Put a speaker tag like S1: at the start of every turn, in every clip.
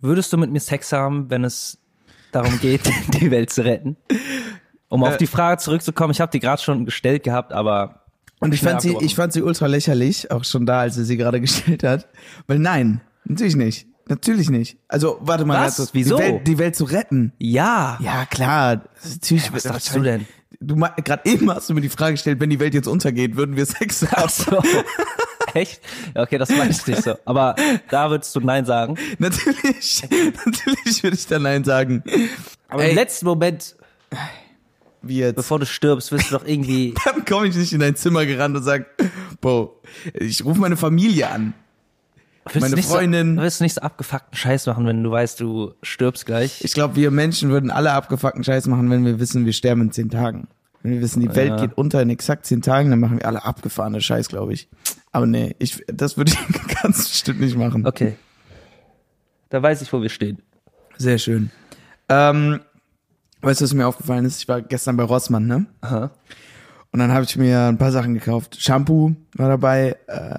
S1: Würdest du mit mir Sex haben, wenn es darum geht, die Welt zu retten? Um
S2: Äh.
S1: auf die Frage zurückzukommen, ich habe die gerade schon gestellt gehabt, aber
S2: Und ich fand,
S1: Ja,
S2: sie, ich
S1: abgebrochen.
S2: fand sie ultra lächerlich, auch schon da, als sie sie gerade gestellt hat. Weil nein, natürlich nicht. Natürlich nicht. Also, warte mal.
S1: Was?
S2: also,
S1: Wieso?
S2: Die Welt, die Welt zu retten.
S1: ja.
S2: Ja, klar. Das ist Natürlich,
S1: was dachtest du denn?
S2: Du, ma- grad eben hast du mir die Frage gestellt, wenn die Welt jetzt untergeht, würden wir Sex haben?
S1: Ach so. Echt? Ja, Okay, das weiß ich nicht so. Aber da würdest du Nein sagen.
S2: Natürlich, natürlich würde ich da Nein sagen.
S1: Aber
S2: Ey.
S1: im letzten Moment,
S2: Wie jetzt?
S1: bevor du stirbst, wirst du doch irgendwie.
S2: dann komme ich nicht in dein Zimmer gerannt und sag, Bo, ich rufe meine Familie an.
S1: Willst
S2: Meine
S1: du nicht
S2: Freundin-
S1: So, willst du nicht so abgefuckten Scheiß machen, wenn du weißt, du stirbst gleich?
S2: Ich glaube, wir Menschen würden alle abgefuckten Scheiß machen, wenn wir wissen, wir sterben in zehn Tagen. Wenn wir wissen, die Welt geht unter in exakt zehn Tagen, dann machen wir alle abgefahrene Scheiß, glaube ich. Aber nee, ich, das würde ich ganz bestimmt nicht machen.
S1: Okay. Da weiß ich, wo wir stehen.
S2: Sehr schön. Ähm, weißt du, was mir aufgefallen ist? Ich war gestern bei Rossmann, ne?
S1: Aha.
S2: Und dann habe ich mir ein paar Sachen gekauft. Shampoo war dabei, äh,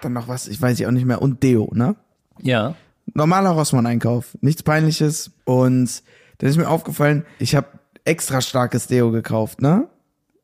S2: dann noch was, ich weiß ich auch nicht mehr, und Deo, ne?
S1: Ja.
S2: normaler Rossmann-Einkauf, nichts Peinliches. Und dann ist mir aufgefallen, ich habe extra starkes Deo gekauft, ne?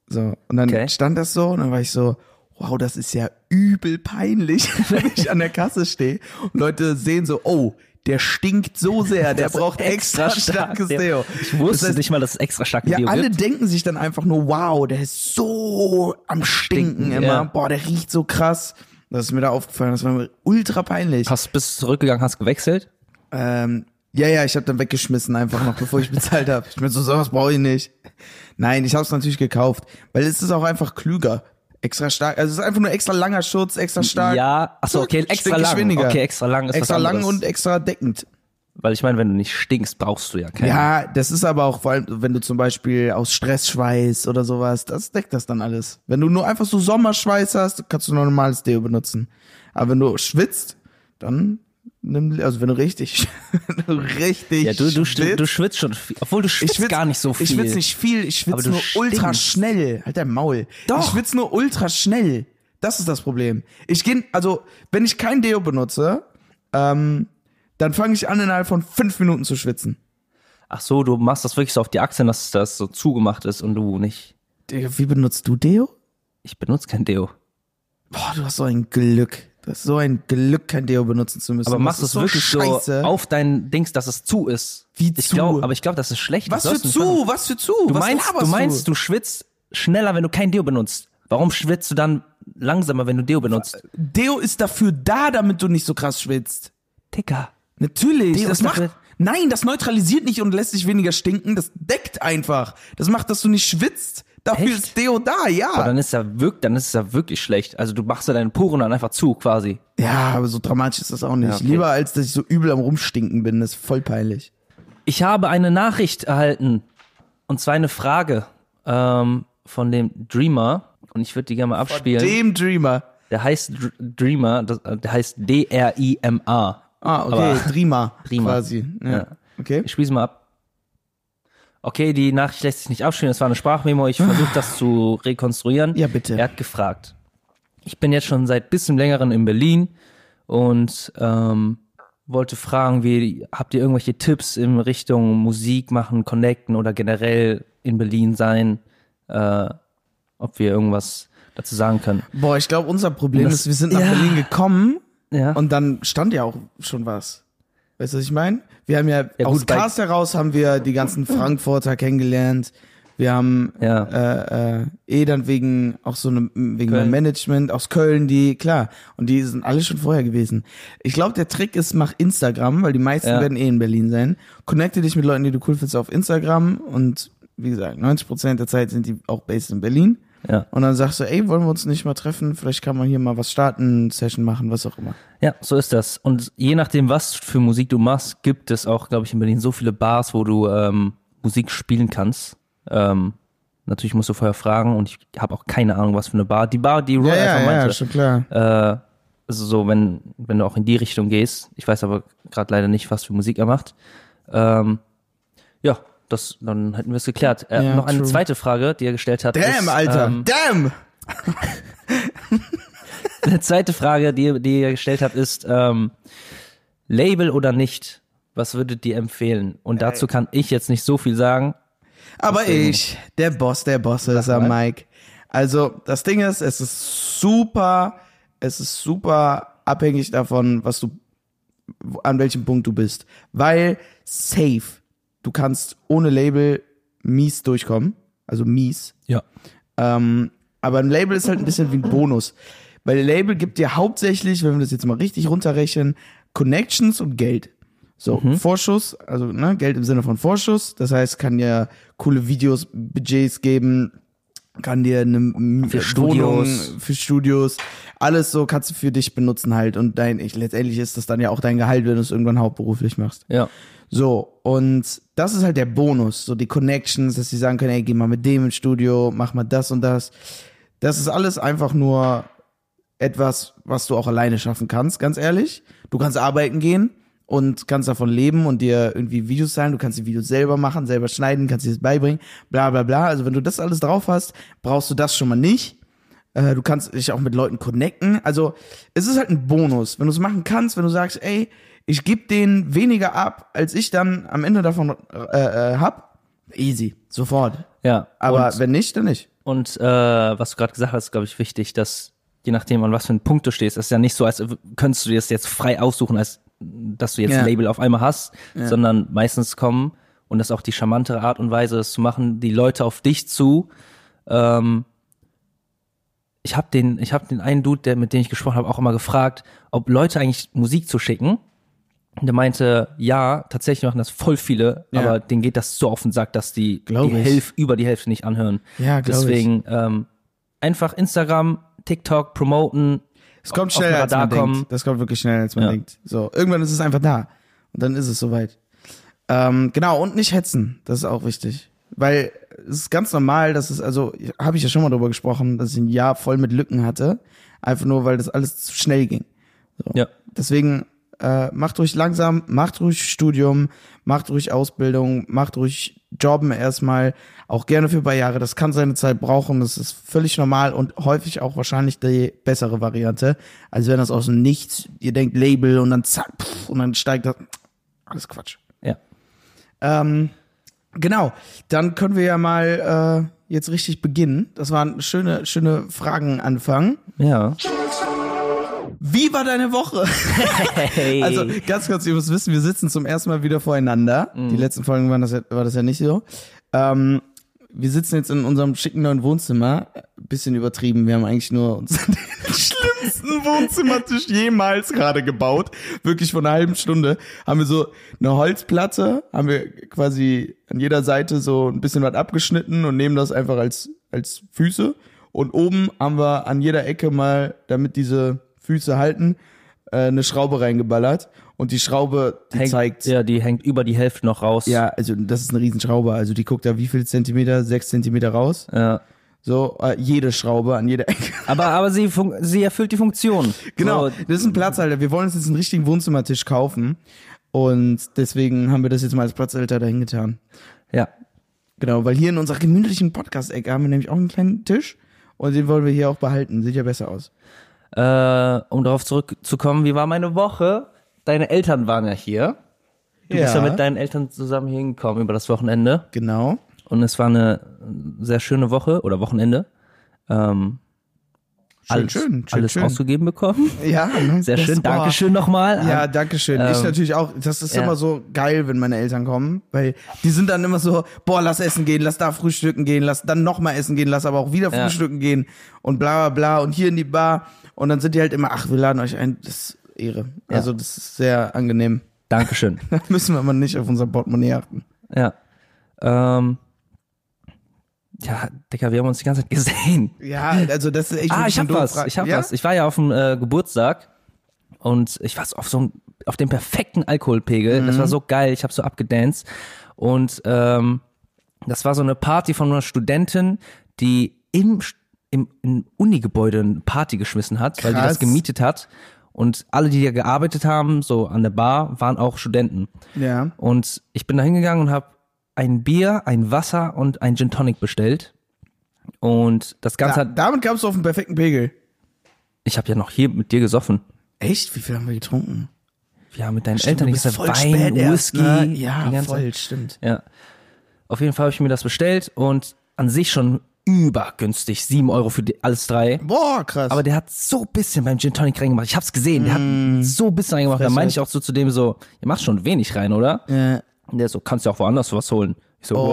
S2: So, und dann
S1: Okay.
S2: stand das so und dann war ich so, wow, das ist ja übel peinlich, wenn ich an der Kasse stehe und Leute sehen so, oh, der stinkt so sehr, der
S1: Das ist
S2: braucht extra,
S1: stark,
S2: starkes
S1: ja.
S2: Deo.
S1: Ich wusste
S2: das heißt,
S1: nicht mal, dass es extra starkes
S2: ja,
S1: Deo
S2: alle
S1: gibt.
S2: denken sich dann einfach nur, wow, der ist so am Stinken,
S1: Stinken,
S2: immer.
S1: ja.
S2: Boah, der riecht so krass. Das ist mir da aufgefallen, das war mir ultra peinlich.
S1: Hast bist du zurückgegangen, hast gewechselt?
S2: Ähm, ja, ja, ich habe dann weggeschmissen einfach noch, bevor ich bezahlt habe. Ich bin so, sowas brauche ich nicht. Nein, ich habe es natürlich gekauft, weil es ist auch einfach klüger. Extra stark, also es ist einfach nur extra langer Schutz, extra stark.
S1: Ja. Achso, okay, extra
S2: Stinkig
S1: lang.
S2: weniger.
S1: Okay, extra lang ist
S2: extra
S1: was
S2: lang
S1: anderes.
S2: und extra deckend.
S1: Weil ich meine, wenn du nicht stinkst, brauchst du ja keinen.
S2: Ja, das ist aber auch vor allem, wenn du zum Beispiel aus Stressschweiß oder sowas, das deckt das dann alles. Wenn du nur einfach so Sommerschweiß hast, kannst du noch ein normales Deo benutzen. Aber wenn du schwitzt, dann nimm, also wenn du richtig, wenn du richtig
S1: Ja, du, du, schwitzt.
S2: schwitzt,
S1: du schwitzt schon viel. Obwohl du schwitzt
S2: schwitz-
S1: gar nicht so viel.
S2: Ich schwitze nicht viel, ich
S1: Aber du
S2: schwitze nur ultra
S1: stinkst.
S2: schnell. Halt dein Maul.
S1: Doch.
S2: Ich schwitze nur ultra schnell. Das ist das Problem. Ich gehe, also, wenn ich kein Deo benutze, ähm, dann fange ich an, innerhalb von fünf Minuten zu schwitzen.
S1: Ach so, du machst das wirklich so auf die Achseln, dass das so zugemacht ist und du nicht.
S2: Digga, Wie benutzt du Deo?
S1: Ich benutze kein Deo.
S2: Boah, du hast so ein Glück. Du hast so ein Glück, kein Deo benutzen zu müssen.
S1: Aber
S2: Das
S1: machst du
S2: ist
S1: es wirklich
S2: scheiße.
S1: so auf dein Dings, dass es zu ist?
S2: Wie
S1: ich
S2: zu?
S1: Glaub, aber ich glaube, das ist schlecht.
S2: Was
S1: das
S2: für
S1: sollst du nicht machen.
S2: zu? Was für zu?
S1: Du
S2: Was
S1: meinst, du
S2: laberst
S1: meinst, du schwitzt schneller, wenn du kein Deo benutzt. Warum schwitzt du dann langsamer, wenn du Deo
S2: Äh,
S1: benutzt?
S2: Deo ist dafür da, damit du nicht so krass schwitzt.
S1: Dicker.
S2: Natürlich,
S1: Deo
S2: das
S1: ist
S2: macht.
S1: dafür-
S2: Nein, das neutralisiert nicht und lässt dich weniger stinken. Das deckt einfach. Das macht, dass du nicht schwitzt. Dafür
S1: Echt?
S2: ist Deo da,
S1: Aber
S2: ja.
S1: dann ist ja wirklich, dann ist es ja wirklich schlecht. Also du machst ja deine Poren dann einfach zu, quasi.
S2: Ja, aber so dramatisch ist das auch nicht.
S1: okay.
S2: Lieber als dass ich so übel am Rumstinken bin. Das ist voll peinlich.
S1: Ich habe eine Nachricht erhalten. Und zwar eine Frage ähm, von dem Dreamer. Und ich würde die gerne mal abspielen.
S2: Dem Dreamer.
S1: Der heißt Dr Dreamer, das, äh, der heißt D-R-I-M-A.
S2: Ah, okay.
S1: Aber-
S2: Dreamer.
S1: Dreamer.
S2: Quasi. Ja.
S1: Ja.
S2: Okay.
S1: Ich spiel's mal ab. Okay, die Nachricht lässt sich nicht abspielen, das war eine Sprachmemo, ich versuche das zu rekonstruieren.
S2: Ja, bitte.
S1: Er hat gefragt. Ich bin jetzt schon seit bisschen längeren in Berlin und ähm, wollte fragen, wie habt ihr irgendwelche Tipps in Richtung Musik machen, connecten oder generell in Berlin sein, äh, ob wir irgendwas dazu sagen können.
S2: Boah, ich glaube, unser Problem
S1: Das-
S2: ist, wir sind nach
S1: Ja.
S2: Berlin gekommen
S1: Ja.
S2: und dann stand ja auch schon was. Weißt du, was ich meine? Wir haben ja,
S1: Ja,
S2: aus
S1: gut, bei-
S2: Cars heraus haben wir die ganzen Frankfurter kennengelernt. Wir haben
S1: Ja.
S2: äh, äh, eh dann wegen auch so einem wegen meinem
S1: Köln.
S2: Management aus Köln, die klar und die sind alle schon vorher gewesen. Ich glaube, der Trick ist, mach Instagram, weil die meisten
S1: Ja.
S2: werden eh in Berlin sein. Connecte dich mit Leuten, die du cool findest auf Instagram und wie gesagt, 90 der Zeit sind die auch based in Berlin.
S1: Ja.
S2: Und dann sagst du, ey, wollen wir uns nicht mal treffen? Vielleicht kann man hier mal was starten, Session machen, was auch immer.
S1: Ja, so ist das. Und je nachdem, was für Musik du machst, gibt es auch, glaube ich, in Berlin so viele Bars, wo du ähm, Musik spielen kannst. Ähm, natürlich musst du vorher fragen und ich habe auch keine Ahnung, was für eine Bar. Die Bar, die Roy einfach meinte,
S2: schon klar.
S1: äh, also so, wenn, wenn du auch in die Richtung gehst. Ich weiß aber gerade leider nicht, was für Musik er macht. Ähm, ja, das, dann hätten wir es geklärt. Er hat
S2: Ja,
S1: noch eine
S2: true.
S1: zweite Frage, die er gestellt hat.
S2: Damn,
S1: ist,
S2: Alter,
S1: ähm,
S2: damn!
S1: Eine zweite Frage, die, die ihr gestellt habt, ist ähm, Label oder nicht? was würdet ihr empfehlen? Und dazu kann ich jetzt nicht so viel sagen.
S2: Aber ich, der Boss der Bosse, ist er, Mike. Also, das Ding ist, es ist super, es ist super abhängig davon, was du, an welchem Punkt du bist. Weil, safe, du kannst ohne Label mies durchkommen. Also mies.
S1: Ja.
S2: Ähm, aber ein Label ist halt ein bisschen wie ein Bonus. Weil ein Label gibt dir hauptsächlich, wenn wir das jetzt mal richtig runterrechnen, Connections und Geld. So,
S1: Mhm.
S2: Vorschuss, also ne, Geld im Sinne von Vorschuss. Das heißt, kann dir coole Videos, Budgets geben, kann dir eine M-
S1: Für
S2: Wohnung,
S1: Studios.
S2: für Studios, alles so kannst du für dich benutzen halt. Und dein, ich, letztendlich ist das dann ja auch dein Gehalt, wenn du es irgendwann hauptberuflich machst.
S1: Ja.
S2: So, und das ist halt der Bonus, so die Connections, dass sie sagen können, ey, geh mal mit dem ins Studio, mach mal das und das. Das ist alles einfach nur etwas, was du auch alleine schaffen kannst, ganz ehrlich. Du kannst arbeiten gehen und kannst davon leben und dir irgendwie Videos zahlen, du kannst die Videos selber machen, selber schneiden, kannst dir das beibringen, bla bla bla. Also wenn du das alles drauf hast, brauchst du das schon mal nicht. Äh, Du kannst dich auch mit Leuten connecten. Also es ist halt ein Bonus, wenn du es machen kannst, wenn du sagst, ey, ich gebe denen weniger ab, als ich dann am Ende davon äh, äh, hab. Easy, sofort.
S1: Ja.
S2: Aber
S1: und,
S2: wenn nicht, dann nicht.
S1: und äh, was du gerade gesagt hast, glaube ich, wichtig, dass je nachdem, an was für einen Punkt du stehst, das ist ja nicht so, als könntest du dir das jetzt frei aussuchen, als dass du jetzt
S2: Ja.
S1: ein Label auf einmal hast, sondern meistens kommen, und das ist auch die charmantere Art und Weise, das zu machen, die Leute auf dich zu. Ähm, ich habe den, ich habe den einen Dude, der, mit dem ich gesprochen habe, auch immer gefragt, ob Leute eigentlich Musik zu schicken. Und der meinte, ja, tatsächlich machen das voll viele,
S2: Ja.
S1: aber denen geht das so auf den Sack, dass die,
S2: Glaub
S1: die
S2: ich.
S1: Hälfte, über die Hälfte nicht anhören.
S2: Ja, glaub ich.
S1: Deswegen ähm, einfach Instagram, TikTok promoten.
S2: Es kommt
S1: auf- auf
S2: schneller, als
S1: Radar
S2: man
S1: kommen.
S2: denkt. Das kommt wirklich schneller, als man
S1: Ja.
S2: denkt. So, irgendwann ist es einfach da. Und dann ist es soweit. Ähm, genau, und nicht hetzen. Das ist auch wichtig. Weil es ist ganz normal, dass es, also habe ich ja schon mal drüber gesprochen, dass ich ein Jahr voll mit Lücken hatte. Einfach nur, weil das alles zu schnell ging.
S1: Ja,
S2: Deswegen äh, macht ruhig langsam, macht ruhig Studium, macht ruhig Ausbildung, macht ruhig Jobben erstmal, auch gerne für ein paar Jahre. Das kann seine Zeit brauchen, das ist völlig normal und häufig auch wahrscheinlich die bessere Variante. Also wenn das aus dem Nichts, ihr denkt Label und dann zack, pff, und dann steigt das. Alles Quatsch.
S1: ja.
S2: Ähm, genau, dann können wir ja mal äh, jetzt richtig beginnen. Das waren schöne, schöne Fragen anfangen.
S1: Ja.
S2: Wie war deine Woche?
S1: Hey.
S2: Also ganz kurz, ihr müsst wissen, wir sitzen zum ersten Mal wieder voreinander. Die letzten Folgen waren das ja, war das ja nicht so. Ähm, wir sitzen jetzt in unserem schicken neuen Wohnzimmer. Bisschen übertrieben, wir haben eigentlich nur uns den schlimmsten Wohnzimmertisch jemals gerade gebaut. Wirklich von einer halben Stunde. Haben wir so eine Holzplatte, haben wir quasi an jeder Seite so ein bisschen was abgeschnitten und nehmen das einfach als, als Füße. Und oben haben wir an jeder Ecke mal, damit diese Füße halten, äh, eine Schraube reingeballert und die Schraube, die
S1: hängt,
S2: zeigt. Ja.
S1: Ja, die hängt über die Hälfte noch raus.
S2: also das ist eine Riesenschraube. Also die guckt da wie viel Zentimeter? Sechs Zentimeter raus.
S1: Ja.
S2: So, äh, jede Schraube an jeder Ecke.
S1: Aber, aber sie, fun- sie erfüllt die Funktion.
S2: Genau,
S1: So,
S2: das ist ein Platzhalter. Wir wollen uns jetzt einen richtigen Wohnzimmertisch kaufen. Und deswegen haben wir das jetzt mal als Platzhalter dahin getan.
S1: ja.
S2: Genau, weil hier in unserer gemütlichen Podcast-Ecke haben wir nämlich auch einen kleinen Tisch. Und den wollen wir hier auch behalten. Sieht ja besser aus.
S1: Äh, um darauf zurückzukommen, wie war meine Woche? Deine Eltern waren ja hier. Du bist ja mit deinen Eltern zusammen hier hingekommen über das Wochenende.
S2: Genau.
S1: Und es war eine sehr schöne Woche oder Wochenende. Ähm,
S2: Schön,
S1: alles
S2: schön, schön,
S1: alles
S2: schön.
S1: ausgegeben bekommen.
S2: Ja, ne?
S1: Sehr
S2: Das-
S1: schön.
S2: boah.
S1: Dankeschön nochmal.
S2: Ja, danke schön. ich natürlich auch. Das ist
S1: Ähm, ja.
S2: immer so geil, wenn meine Eltern kommen, weil die sind dann immer so, boah, lass essen gehen, lass da frühstücken gehen, lass dann nochmal essen gehen, lass aber auch wieder
S1: Ja.
S2: frühstücken gehen und bla bla bla und hier in die Bar. Und dann sind die halt immer, ach, wir laden euch ein. Das ist Ehre. Also das ist sehr angenehm.
S1: Dankeschön.
S2: Da müssen wir mal nicht auf unser Portemonnaie achten.
S1: Ja. Ähm, ja, Digga, wir haben uns die ganze Zeit gesehen.
S2: Ja, also das ist echt
S1: Ah,
S2: wirklich
S1: ich hab
S2: eine doofe
S1: was.
S2: Frage.
S1: Ich hab
S2: ja?
S1: was. Ich war ja auf dem äh, Geburtstag und ich war so auf so einem, auf dem perfekten Alkoholpegel. Das
S2: Mhm.
S1: war so geil. Ich habe so abgedanced. Und ähm, das war so eine Party von einer Studentin, die im, St- im, im Unigebäude eine Party geschmissen hat, weil die
S2: Krass.
S1: das gemietet hat. Und alle, die da gearbeitet haben, so an der Bar, waren auch Studenten.
S2: Ja.
S1: Und ich bin da hingegangen und habe ein Bier, ein Wasser und ein Gin Tonic bestellt. Und das Ganze
S2: Da,
S1: hat.
S2: damit kamst du auf den perfekten Pegel.
S1: Ich habe ja noch hier mit dir gesoffen.
S2: Echt? Wie viel haben wir getrunken?
S1: Ja, mit deinen
S2: Stimmt,
S1: Eltern.
S2: du
S1: Ich
S2: bist
S1: gesagt,
S2: voll
S1: Wein,
S2: spät erst,
S1: Whisky.
S2: ne?
S1: die
S2: Ja,
S1: ganze-
S2: voll, stimmt.
S1: Ja. Auf jeden Fall habe ich mir das bestellt und an sich schon übergünstig. 7 Euro für die, alles drei.
S2: Boah, krass.
S1: Aber der hat so ein bisschen beim Gin Tonic reingemacht. Ich hab's gesehen. Der hat so ein bisschen reingemacht. Da
S2: Mm. Frechheit.
S1: meinte ich auch so zu dem so, ihr macht schon wenig rein, oder?
S2: Ja.
S1: Und der so, kannst ja auch woanders was holen. Ich so,
S2: Oh,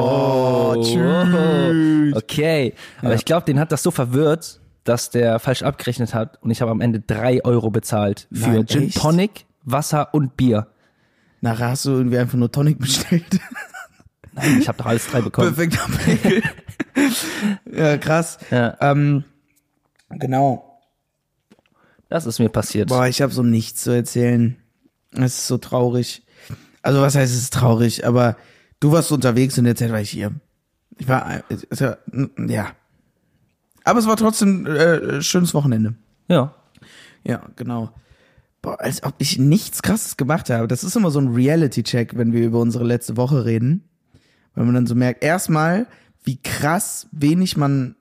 S1: wow,
S2: tschüss.
S1: Okay. Aber ich glaube, den hat das so verwirrt, dass der falsch abgerechnet hat. Und ich habe am Ende drei Euro bezahlt für
S2: Nein,
S1: Gin
S2: echt?
S1: Tonic, Wasser und Bier.
S2: Na, hast du irgendwie einfach nur Tonic bestellt?
S1: Nein, ich habe doch alles drei bekommen.
S2: Perfekter Pegel. ja, krass.
S1: Ja.
S2: Ähm, genau.
S1: Das ist mir passiert.
S2: Boah, ich habe so nichts zu erzählen. Es ist so traurig. Also, was heißt es ist traurig? Aber du warst unterwegs und in der Zeit war ich hier. Ich war, ein- es war- ja. Aber es war trotzdem äh, schönes Wochenende.
S1: Ja.
S2: Ja, genau. Boah, als ob ich nichts krasses gemacht habe. Das ist immer so ein Reality-Check, wenn wir über unsere letzte Woche reden. Weil man dann so merkt, erstmal, wie krass wenig man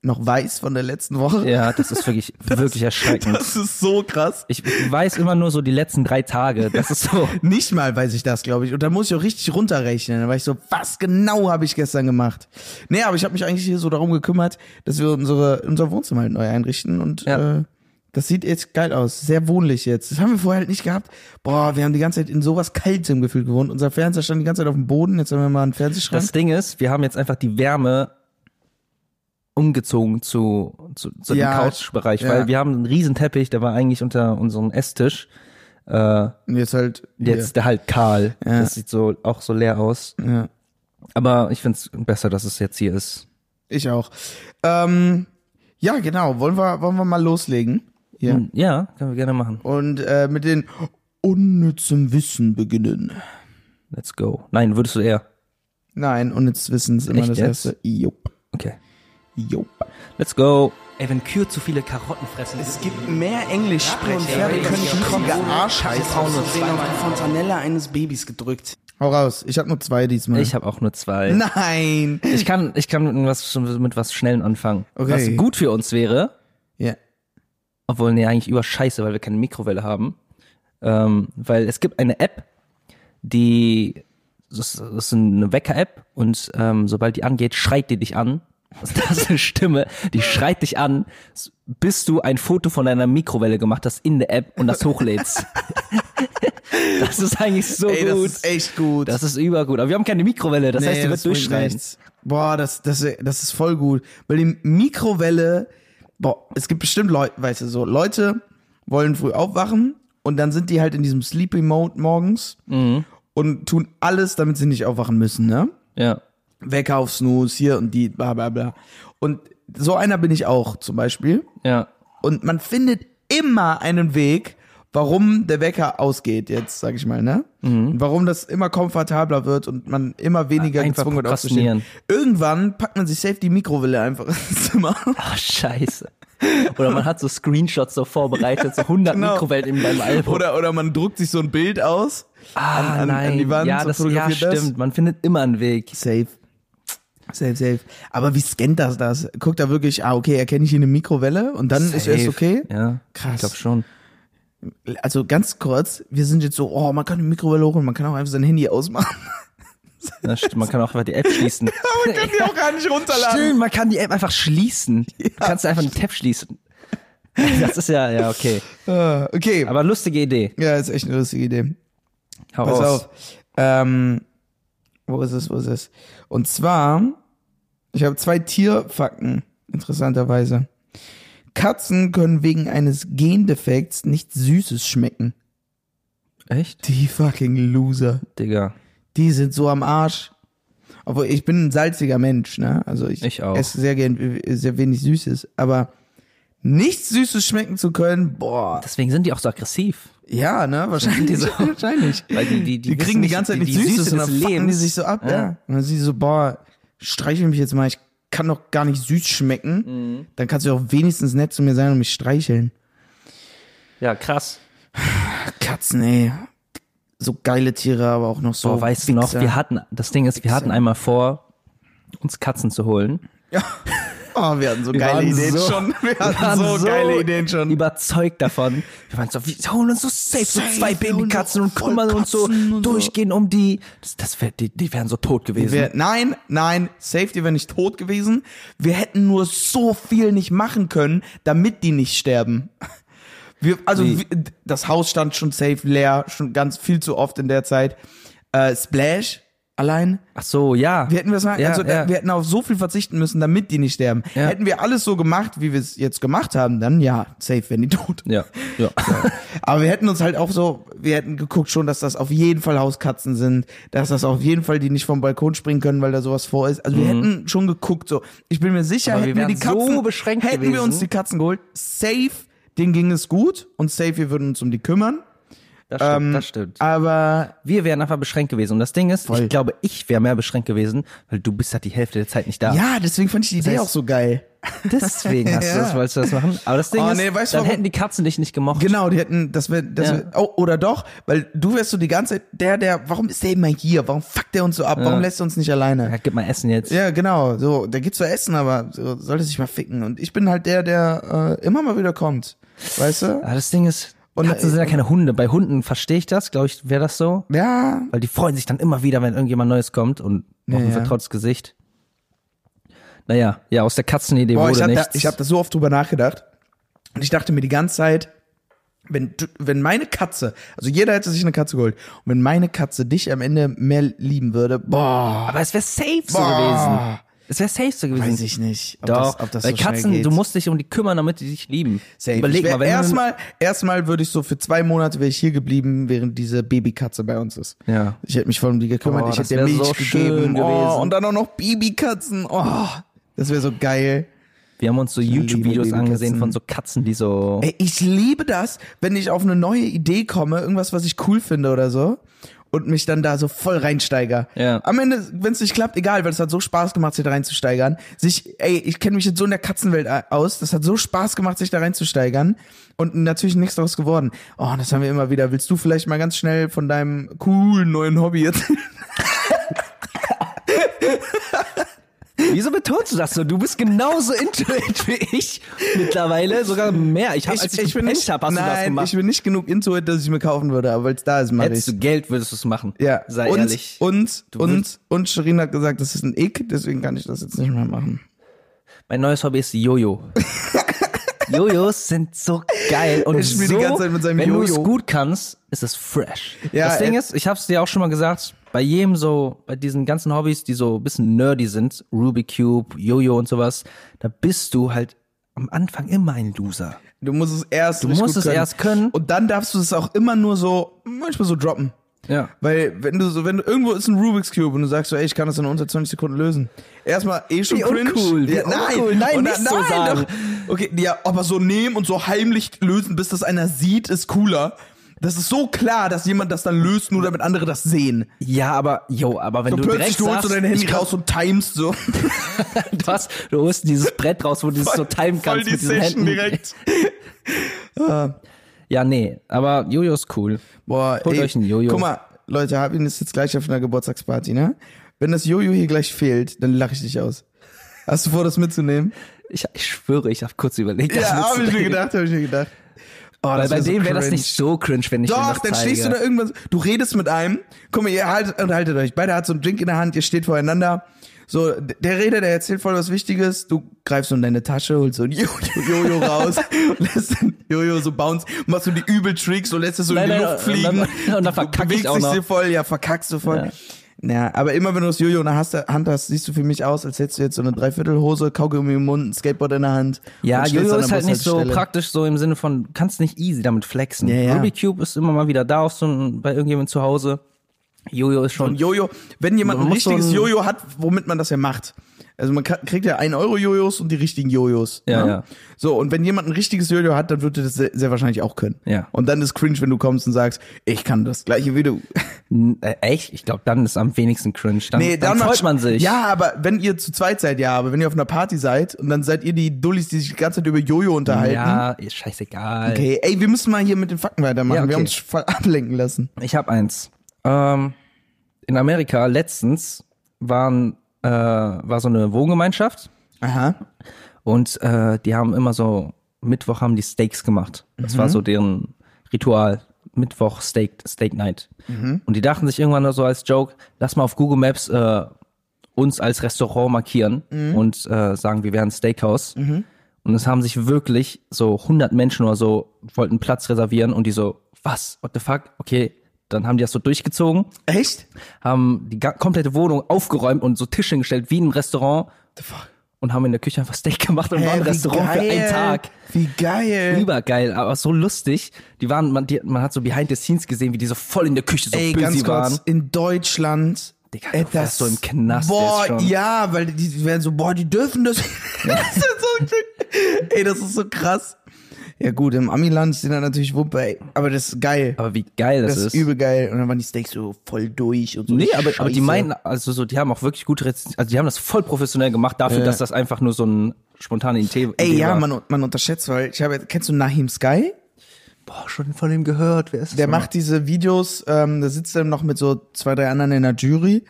S2: noch weiß von der letzten Woche.
S1: Ja, das ist wirklich, wirklich erschreckend.
S2: Das ist so krass.
S1: Ich weiß immer nur so die letzten drei Tage. Das ist so.
S2: Nicht mal weiß ich das, glaube ich. Und da muss ich auch richtig runterrechnen. Da war ich so, was genau habe ich gestern gemacht? Nee, aber ich habe mich eigentlich hier so darum gekümmert, dass wir unsere, unser Wohnzimmer halt neu einrichten. Und
S1: Ja.
S2: äh, das sieht jetzt geil aus. Sehr wohnlich jetzt. Das haben wir vorher halt nicht gehabt. Boah, wir haben die ganze Zeit in sowas Kaltem gefühlt gewohnt. Unser Fernseher stand die ganze Zeit auf dem Boden. Jetzt haben wir mal einen Fernsehschrank.
S1: Das Ding ist, wir haben jetzt einfach die Wärme umgezogen zu, zu, zu
S2: Ja.
S1: dem Couchbereich,
S2: Ja.
S1: weil wir haben einen riesen Teppich, der war eigentlich unter unserem Esstisch. Äh,
S2: Und jetzt halt hier.
S1: jetzt ist der halt kahl.
S2: Ja.
S1: Das sieht so auch so leer aus.
S2: Ja.
S1: Aber ich find's besser, dass es jetzt hier ist.
S2: Ich auch. Ähm, ja, genau. Wollen wir, wollen wir mal loslegen? Ja.
S1: Hm, Ja, können wir gerne machen.
S2: Und äh, mit den unnützem Wissen beginnen.
S1: Let's go. Nein, würdest du eher.
S2: Nein, und jetzt wissen es immer
S1: Echt
S2: das
S1: jetzt?
S2: erste. Jupp.
S1: Okay.
S2: Jupp.
S1: Let's go. Ey, wenn Kühe zu viele Karotten fressen,
S3: Es gibt mehr Englischsprecher,
S1: Pferde
S3: die
S1: können
S3: können
S1: schmutzige
S3: schmutzige
S1: Arschheiß
S3: Arschheiß aus
S1: aussehen
S3: Versehen auf die Fontanelle eines Babys gedrückt.
S2: Hau raus. Ich habe nur zwei diesmal.
S1: Ich habe auch nur zwei.
S2: Nein.
S1: Ich kann, ich kann mit was, mit was Schnellem anfangen.
S2: Okay.
S1: Was gut für uns wäre,
S2: Ja.
S1: obwohl, nee, eigentlich über Scheiße, weil wir keine Mikrowelle haben. Ähm, weil es gibt eine App, die, das ist eine Wecker-App und ähm, sobald die angeht, schreit die dich an. Das ist eine Stimme, die schreit dich an, bis du ein Foto von deiner Mikrowelle gemacht hast in der App und das hochlädst. das ist eigentlich so
S2: Ey,
S1: gut.
S2: das ist echt gut.
S1: das ist übergut. Aber wir haben keine Mikrowelle, das heißt, die wird
S2: bringt
S1: durchschreien.
S2: nichts. Boah, das, das, das ist voll gut. Weil die Mikrowelle, boah, es gibt bestimmt Leute, weißt du, so Leute wollen früh aufwachen und dann sind die halt in diesem Sleepy Mode morgens
S1: Mhm.
S2: und tun alles, damit sie nicht aufwachen müssen, ne?
S1: Ja.
S2: Wecker auf Snooze, hier und die, bla bla bla. Und so einer bin ich auch zum Beispiel.
S1: Ja.
S2: Und man findet immer einen Weg, warum der Wecker ausgeht jetzt, sag ich mal, ne?
S1: Mhm.
S2: Und warum das immer komfortabler wird und man immer weniger
S1: Einfach
S2: gezwungen wird aufzustehen. Irgendwann packt man sich safe die Mikrowelle einfach ins Zimmer.
S1: Ah, scheiße. Oder man hat so Screenshots so vorbereitet, so 100
S2: Genau.
S1: Mikrowellen in deinem Album.
S2: Oder, oder man druckt sich so ein Bild aus
S1: ah,
S2: an, an,
S1: nein.
S2: an die Wand
S1: ja,
S2: und
S1: das, ja,
S2: fotografiert das.
S1: stimmt. Man findet immer einen Weg.
S2: Safe. Safe, safe. Aber wie scannt das das? Guckt da wirklich, ah, okay, erkenne ich hier eine Mikrowelle und dann ist erst
S1: Safe.
S2: okay?
S1: Ja,
S2: Krass.
S1: ich glaube schon.
S2: Also ganz kurz, wir sind jetzt so, oh, man kann die Mikrowelle holen, man kann auch einfach sein Handy ausmachen.
S1: Ja, stimmt. Man kann auch einfach die App schließen.
S2: Man kann die auch gar nicht runterladen.
S1: stimmt, man kann die App einfach schließen. Du kannst einfach eine Tab schließen. Das ist ja, ja, okay.
S2: Äh, okay,
S1: Aber lustige Idee.
S2: ja, ist echt eine lustige Idee.
S1: Hau
S2: Pass
S1: raus.
S2: auf. Ähm, wo ist es, wo ist es? Und zwar, ich habe zwei Tierfakten, interessanterweise. Katzen können wegen eines Gendefekts nicht Süßes schmecken.
S1: Echt?
S2: Die fucking Loser.
S1: Digga.
S2: Die sind so am Arsch. Obwohl, ich bin ein salziger Mensch, ne? Also ich,
S1: Ich auch.
S2: esse sehr gern sehr wenig Süßes, aber nichts Süßes schmecken zu können, boah.
S1: Deswegen sind die auch so aggressiv.
S2: Ja, ne? Wahrscheinlich. wahrscheinlich.
S1: Weil die, die,
S2: Die, kriegen die ganze Zeit nichts Süßes und dann fucken die sich so ab, ja.
S1: Ja.
S2: Und dann sind die so, boah, streichel mich jetzt mal, ich kann doch gar nicht süß
S1: Mhm.
S2: schmecken. Dann kannst du doch wenigstens nett zu mir sein und mich streicheln.
S1: Ja, krass.
S2: Katzen, ey. So geile Tiere, aber auch noch so.
S1: Boah, weißt du noch,
S2: Wichser.
S1: wir hatten, das Ding ist, wir hatten einmal vor, uns Katzen zu holen.
S2: Ja. Oh, wir hatten so
S1: Wir
S2: geile
S1: waren
S2: Ideen
S1: so-
S2: schon. Wir hatten so,
S1: waren
S2: geile Ideen schon.
S1: Überzeugt davon. Wir waren so, wir holen uns so safe,
S2: Safe
S1: so zwei
S2: und
S1: Babykatzen und,
S2: so
S1: kümmern uns so
S2: Vollkatzen und so.
S1: durchgehen um die. Das, das wär, die, die wären so tot gewesen.
S2: Wir, nein, nein, Safety wäre nicht tot gewesen. Wir hätten nur so viel nicht machen können, damit die nicht sterben. Wir, also
S1: Wie?
S2: wir, das Haus stand schon safe leer, schon ganz viel zu oft in der Zeit. Äh, Splash allein.
S1: Ach so, ja.
S2: Wie hätten wir es machen?
S1: Ja,
S2: also
S1: ja.
S2: wir hätten auf so viel verzichten müssen, damit die nicht sterben.
S1: Ja.
S2: Hätten wir alles so gemacht, wie wir es jetzt gemacht haben, dann ja, safe wären die tot.
S1: ja, ja.
S2: Aber wir hätten uns halt auch so, wir hätten geguckt schon, dass das auf jeden Fall Hauskatzen sind, dass das auf jeden Fall die nicht vom Balkon springen können, weil da sowas vor ist. Also wir hätten schon geguckt so. Ich bin mir
S1: Mhm.
S2: sicher,
S1: Aber wir
S2: hätten wir, die
S1: wären so
S2: Katzen
S1: beschränkt
S2: hätten wir
S1: gewesen.
S2: uns die Katzen geholt, safe, denen ging es gut und safe, wir würden uns um die kümmern.
S1: Das stimmt,
S2: Ähm,
S1: das stimmt.
S2: Aber
S1: Wir wären einfach beschränkt gewesen. Und das Ding ist,
S2: Voll.
S1: ich glaube, ich wäre mehr beschränkt gewesen, weil du bist halt die Hälfte der Zeit nicht da.
S2: ja, deswegen fand ich die Idee
S1: heißt-
S2: auch so geil.
S1: Deswegen hast du das,
S2: Ja.
S1: wolltest du das machen. Aber das Ding
S2: Oh,
S1: ist,
S2: nee, weißt du,
S1: dann
S2: warum-
S1: hätten die Katzen dich nicht gemocht.
S2: Genau, die hätten, das wäre, das
S1: Ja.
S2: wär, oh, oder doch, weil du wärst so die ganze Zeit der, der, warum ist der immer hier? Warum fuckt der uns so ab? Warum lässt er uns nicht alleine?
S1: Ja, gib mal Essen jetzt.
S2: Ja, genau. So, da gibt's zwar Essen, aber so, sollte sich mal ficken. Und ich bin halt der, der äh, immer mal wieder kommt. Weißt du?
S1: Aber Ah, das Ding ist,
S2: Und,
S1: Katzen sind ja
S2: äh,
S1: keine Hunde. Bei Hunden verstehe ich das, glaube ich, wäre das so.
S2: Ja.
S1: Weil die freuen sich dann immer wieder, wenn irgendjemand Neues kommt und auf ein
S2: ja.
S1: vertrautes Gesicht. Naja, ja, aus der Katzenidee
S2: Boah, ich
S1: wurde
S2: hab, da,
S1: nichts.
S2: ich hab da so oft drüber nachgedacht. Und ich dachte mir die ganze Zeit, wenn, du- wenn meine Katze, also jeder hätte sich eine Katze geholt, und wenn meine Katze dich am Ende mehr lieben würde, boah,
S1: Aber es wäre safe so
S2: Boah.
S1: gewesen. Es wäre safe so gewesen.
S2: weiß ich nicht, ob
S1: Doch,
S2: das, ob das
S1: weil
S2: so schnell
S1: Katzen,
S2: geht.
S1: du musst dich um die kümmern, damit die dich lieben.
S2: Safe.
S1: Überleg mal, wenn du,
S2: erstmal, erstmal würde ich so für zwei Monate wäre ich hier geblieben, während diese Babykatze bei uns ist.
S1: Ja.
S2: Ich hätte mich voll um die gekümmert,
S1: Oh,
S2: ich
S1: das
S2: hätte der
S1: wär
S2: Milch
S1: so schön
S2: gegeben
S1: gewesen.
S2: oh, und dann auch noch Babykatzen. Oh, das wäre so geil.
S1: wir haben uns so
S2: liebe
S1: YouTube-Videos
S2: Babykatzen.
S1: angesehen von so Katzen, die so.
S2: Ey, ich liebe das, wenn ich auf eine neue Idee komme, irgendwas, was ich cool finde oder so. Und mich dann da so voll reinsteiger.
S1: Ja.
S2: Am Ende, wenn es nicht klappt, egal, weil es hat so Spaß gemacht, sich da reinzusteigern. Sich, ey, ich kenne mich jetzt so in der Katzenwelt a- aus. Das hat so Spaß gemacht, sich da reinzusteigern. Und natürlich nichts daraus geworden. Oh, das haben wir immer wieder. Willst du vielleicht mal ganz schnell von deinem coolen neuen Hobby jetzt?
S1: Wieso betonst du das so? Du bist genauso into it wie ich mittlerweile, sogar mehr. Ich habe, als ich, gepennt hab, hast
S2: nein,
S1: du das
S2: ich
S1: gemacht.
S2: bin nicht genug into it, dass ich mir kaufen würde, aber weil es da ist, mach
S1: Hättest
S2: ich.
S1: du Geld, würdest du es machen.
S2: Ja,
S1: Sei
S2: und,
S1: ehrlich.
S2: Und, und,
S1: willst-
S2: und Shirin hat gesagt, das ist ein Ick, deswegen kann ich das jetzt nicht mehr machen.
S1: Mein neues Hobby ist Jojo. Jojos sind so geil und
S2: Er spielt die
S1: so,
S2: ganze Zeit mit seinem
S1: wenn du es
S2: Jojo.
S1: gut kannst, ist es fresh.
S2: Ja,
S1: das Ding
S2: äh,
S1: ist, ich habe es dir auch schon mal gesagt, bei jedem so, bei diesen ganzen Hobbys, die so ein bisschen nerdy sind, Rubik Cube, Jojo und sowas, da bist du halt am Anfang immer ein Loser.
S2: Du musst es erst Du
S1: musst es
S2: gut
S1: erst können.
S2: Und dann darfst du es auch immer nur so, manchmal so droppen.
S1: Ja.
S2: Weil, wenn du so, wenn du irgendwo ist ein Rubik's Cube und du sagst so, ey, ich kann das in unter 20 Sekunden lösen. Erstmal eh schon
S1: Wie
S2: cringe.
S1: uncool, wie
S2: ja, nein,
S1: uncool. Nein,
S2: und
S1: nicht
S2: dann-
S1: so sagen.
S2: doch. Okay, ja, aber so nehmen und so heimlich lösen, bis das einer sieht, ist cooler. Das ist so klar, dass jemand das dann löst, nur damit andere das sehen.
S1: Ja, aber yo, aber wenn
S2: Du,
S1: du
S2: plötzlich
S1: direkt
S2: du holst
S1: sagst,
S2: du dein Handy
S1: ich kann-
S2: raus und timest so.
S1: was, du holst dieses Brett raus, wo du es so timen kannst mit diesen Händen. Ja, nee, aber Jojo ist cool.
S2: Boah,
S1: Holt
S2: ey,
S1: euch ein Jojo.
S2: Guck mal, Leute, Harvin ist jetzt gleich auf einer Geburtstagsparty, ne? Wenn das Jojo hier gleich fehlt, dann lache ich dich aus. Hast du vor, das mitzunehmen?
S1: Ich, ich schwöre, ich habe kurz überlegt, das
S2: ja, habe ich mir
S1: mitzubringen.
S2: gedacht, habe ich mir gedacht. Oh,
S1: Weil
S2: das
S1: bei
S2: wär so
S1: dem wäre das
S2: cringe.
S1: nicht so cringe, wenn ich ihm
S2: Doch,
S1: das
S2: dann
S1: zeige.
S2: stehst du da irgendwann, so- du redest mit einem, guck mal, ihr haltet, unterhaltet euch, beide hat so einen Drink in der Hand, ihr steht voreinander, so, d- der Redner, der erzählt voll was Wichtiges, du greifst so in deine Tasche, holst so ein Jojo, Jojo raus, und lässt den Jojo so bounce, machst so die übel Tricks, so lässt es so
S1: Nein,
S2: in die
S1: nein,
S2: Luft fliegen,
S1: und dann- und dann verkack ich
S2: bewegst
S1: auch
S2: dich
S1: noch.
S2: dir voll, ja, verkackst du voll.
S1: Ja.
S2: Ja. aber immer wenn du das Jojo in der Hast- Hand hast, siehst du für mich aus, als hättest du jetzt so eine Dreiviertelhose, Kaugummi im Mund, ein Skateboard in der Hand.
S1: ja,
S2: und stehst
S1: Jojo
S2: an der
S1: ist halt nicht so
S2: Bushaltestelle.
S1: praktisch, so im Sinne von, du kannst nicht easy damit flexen.
S2: Ja, ja.
S1: Rubik's Cube ist immer mal wieder da auf so ein, bei irgendjemandem zu Hause. Jojo ist schon.
S2: Und Jojo, wenn jemand
S1: Man
S2: ein
S1: muss so
S2: richtiges
S1: ein-
S2: Jojo hat, womit man das ja macht. Also man kann, kriegt ja 1 Euro Jojos und die richtigen Jojos.
S1: Ja,
S2: ne?
S1: ja.
S2: So, und wenn jemand ein richtiges Jojo hat, dann würde das sehr, sehr wahrscheinlich auch können.
S1: Ja.
S2: Und dann ist cringe, wenn du kommst und sagst, ich kann das gleiche wie du.
S1: N- äh, echt? Ich glaube, dann ist am wenigsten cringe. Dann, dann
S2: macht's-
S1: freut man sich.
S2: Ja, aber wenn ihr zu zweit seid, ja, aber wenn ihr auf einer Party seid und dann seid ihr die Dullis, die sich die ganze Zeit über Jojo unterhalten.
S1: ja ist scheißegal.
S2: Okay, ey, wir müssen mal hier mit den Fakten weitermachen.
S1: Ja, okay.
S2: Wir haben uns voll ablenken lassen.
S1: Ich habe eins. Ähm, in Amerika letztens waren, äh, war so eine Wohngemeinschaft
S2: Aha.
S1: Und äh, die haben immer so, Mittwoch haben die Steaks gemacht. Das war so deren Ritual. Mittwoch Steak, Steak Night. Und die dachten sich irgendwann nur so als Joke, lass mal auf Google Maps äh, uns als Restaurant markieren und äh, sagen, wir wären Steakhouse. Und es haben sich wirklich so 100 Menschen oder so wollten Platz reservieren und die so, was, what the fuck, okay. Dann haben die das so durchgezogen,
S2: Echt?
S1: haben die ga- komplette Wohnung aufgeräumt und so Tische hingestellt wie in einem Restaurant und haben in der Küche einfach Steak gemacht und waren ein
S2: wie
S1: Restaurant für einen
S2: geil. Äh.
S1: Tag.
S2: Wie geil.
S1: Übergeil, aber so lustig. Die waren, man, die, man hat so behind the scenes gesehen, wie die so voll in der Küche so
S2: Ey,
S1: busy
S2: ganz kurz,
S1: waren.
S2: in Deutschland.
S1: Digga, du wärst so im Knast
S2: Boah,
S1: jetzt schon.
S2: ja, weil die die werden so, boah, die dürfen das. das ist so, ein- ey, das ist so krass. Ja gut, im Amiland sind dann natürlich Wumpe, ey. Aber das ist geil.
S1: Aber wie geil das,
S2: das ist
S1: ist.
S2: übel geil. Und dann waren die Steaks so voll durch und so.
S1: Nee, aber, aber die
S2: Scheiße.
S1: meinten, also so, die haben auch wirklich gut, rez- also die haben das voll professionell gemacht dafür,
S2: Ja.
S1: dass das einfach nur so ein spontane Idee
S2: Äh. Ey,
S1: Idee
S2: ja,
S1: war.
S2: man, man unterschätzt, weil ich habe, kennst du Nahim Sky?
S1: Boah, schon von dem gehört, wer ist das?
S2: Der
S1: nochmal?
S2: macht diese Videos, ähm, da sitzt er noch mit so zwei, drei anderen in der Jury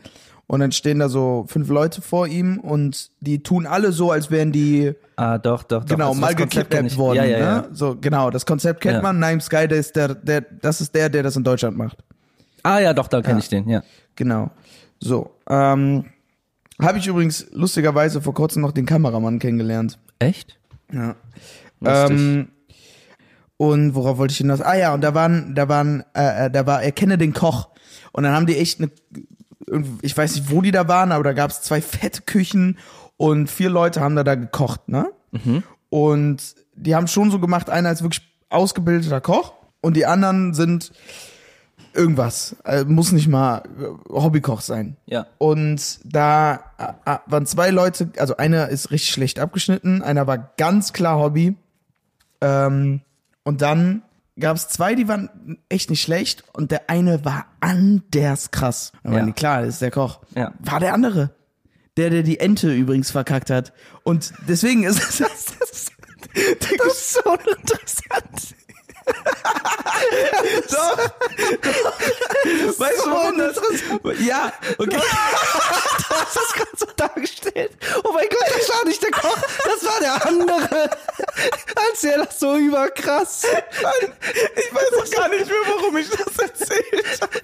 S2: und dann stehen da so fünf Leute vor ihm und die tun alle so, als wären die
S1: Ah, doch, doch, doch.
S2: genau
S1: also
S2: mal
S1: das Konzept kenn
S2: gekidnappt
S1: ich.
S2: worden.
S1: Ja, ja, ja.
S2: Ne? So, genau, das Konzept kennt
S1: Ja.
S2: man. Nime Sky, der ist der, der, das ist der, der das in Deutschland macht.
S1: Ah, ja, doch, da kenne ich den, ja.
S2: Genau. So. Ähm, habe ich übrigens lustigerweise vor kurzem noch den Kameramann kennengelernt.
S1: Echt?
S2: Ja.
S1: Lustig.
S2: Ähm, und worauf wollte ich hinaus? Ah ja, und da waren, da waren, äh, äh, da war, er kenne den Koch. Und dann haben die echt eine, ich weiß nicht, wo die da waren, aber da gab es zwei fette Küchen und vier Leute haben da da gekocht, ne? Und die haben schon so gemacht, einer ist wirklich ausgebildeter Koch und die anderen sind irgendwas. Äh, muss nicht mal äh, Hobbykoch sein.
S1: Ja.
S2: Und da äh, äh, waren zwei Leute, also einer ist richtig schlecht abgeschnitten, einer war ganz klar Hobby. Ähm, und dann gab es zwei, die waren echt nicht schlecht und der eine war anders krass. Da waren
S1: Ja.
S2: die, klar, das ist der Koch.
S1: Ja.
S2: War der andere. Der, der die Ente übrigens verkackt hat. Und deswegen ist das, das, das, das ist so interessant. Doch. Weißt du, warum das? Ja, okay. du hast das gerade so dargestellt. Oh mein Gott, das war nicht der Koch, das war der andere. Als er das so überkrass. Mann, ich weiß auch gar nicht mehr, warum ich das erzählt habe.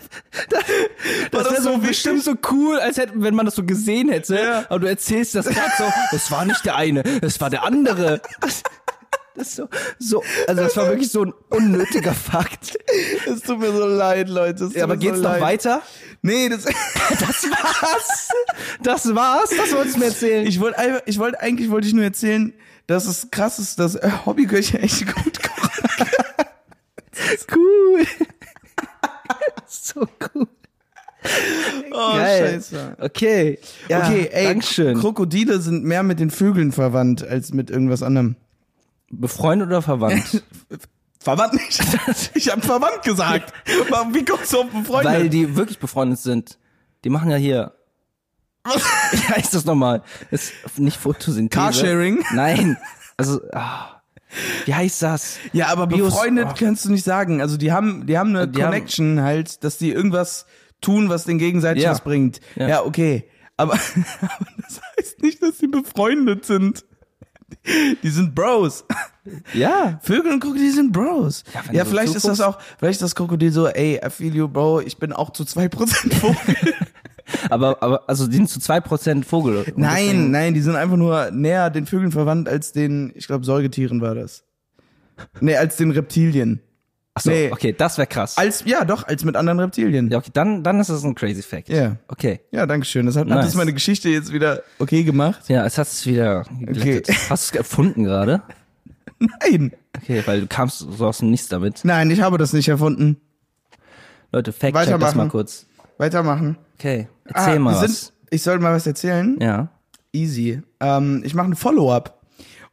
S1: Das,
S2: das
S1: wäre
S2: so
S1: so
S2: wichtig?
S1: bestimmt so cool, als hätten, wenn man das so gesehen hätte.
S2: Ja.
S1: Aber du erzählst das gerade so, es war nicht der eine, es war der andere. Das, das ist so, so, also das war wirklich so ein unnötiger Fakt.
S2: Es tut mir so leid, Leute. es tut
S1: Ja, aber
S2: mir
S1: geht's
S2: so
S1: noch
S2: leid.
S1: weiter?
S2: Nee, das.
S1: Das war's. Das war's. Das wolltest du mir erzählen.
S2: Ich wollte einfach- ich wollte eigentlich wollte ich nur erzählen, dass es krass ist, dass äh, Hobbyköche echt gut kochen.
S1: cool. so cool.
S2: Oh,
S1: Geil.
S2: Scheiße.
S1: Okay. Ja,
S2: okay, ey,
S1: Dankeschön.
S2: Krokodile sind mehr mit den Vögeln verwandt als mit irgendwas anderem.
S1: Befreundet oder verwandt?
S2: Verwandt nicht. Ich habe verwandt gesagt. Warum- Wie kommst du auf einen Freund?
S1: Weil die wirklich befreundet sind. Die machen ja hier. Wie heißt das nochmal? Ist nicht Photosynthese.
S2: Carsharing?
S1: Nein. Also, ah, wie heißt das?
S2: ja, aber
S1: Bios-
S2: befreundet
S1: oh.
S2: kannst du nicht sagen. Also die haben, die haben eine
S1: Die haben-
S2: Connection halt, dass die irgendwas tun, was den gegenseitig
S1: Ja.
S2: was bringt.
S1: Ja.
S2: Ja, okay. Aber, aber das heißt nicht, dass die befreundet sind. Die sind Bros.
S1: Ja.
S2: Vögel und Krokodile sind Bros. Ja,
S1: wenn du so
S2: vielleicht ist das auch, vielleicht ist das Krokodil so, ey, I feel you, Bro, ich bin auch zu 2% Vogel.
S1: Aber, aber, also, die sind zu 2% Vogel. Und
S2: nein,
S1: deswegen-
S2: nein, die sind einfach nur näher den Vögeln verwandt als den, ich glaube, Säugetieren war das. Nee, als den Reptilien.
S1: Ach so,
S2: nee.
S1: okay, das wäre krass.
S2: Als, ja, doch, als mit anderen Reptilien.
S1: Ja,
S2: Ja,
S1: okay, dann, dann ist das ein crazy Fact.
S2: Ja.
S1: Okay.
S2: danke schön. Das hat, hat
S1: Nice.
S2: das meine Geschichte jetzt wieder okay gemacht.
S1: Ja, es hat es wieder geglättet.
S2: Okay.
S1: Hast du es erfunden gerade?
S2: Nein,
S1: Okay, weil du kamst so aus dem Nichts damit.
S2: nein, ich habe das nicht erfunden.
S1: Leute, fact check das
S2: Weitermachen. Ah,
S1: mal kurz.
S2: Weitermachen.
S1: Okay, erzähl mal
S2: wir
S1: was.
S2: ich soll mal was erzählen.
S1: ja.
S2: Easy. Ähm, ich mache ein Follow-up.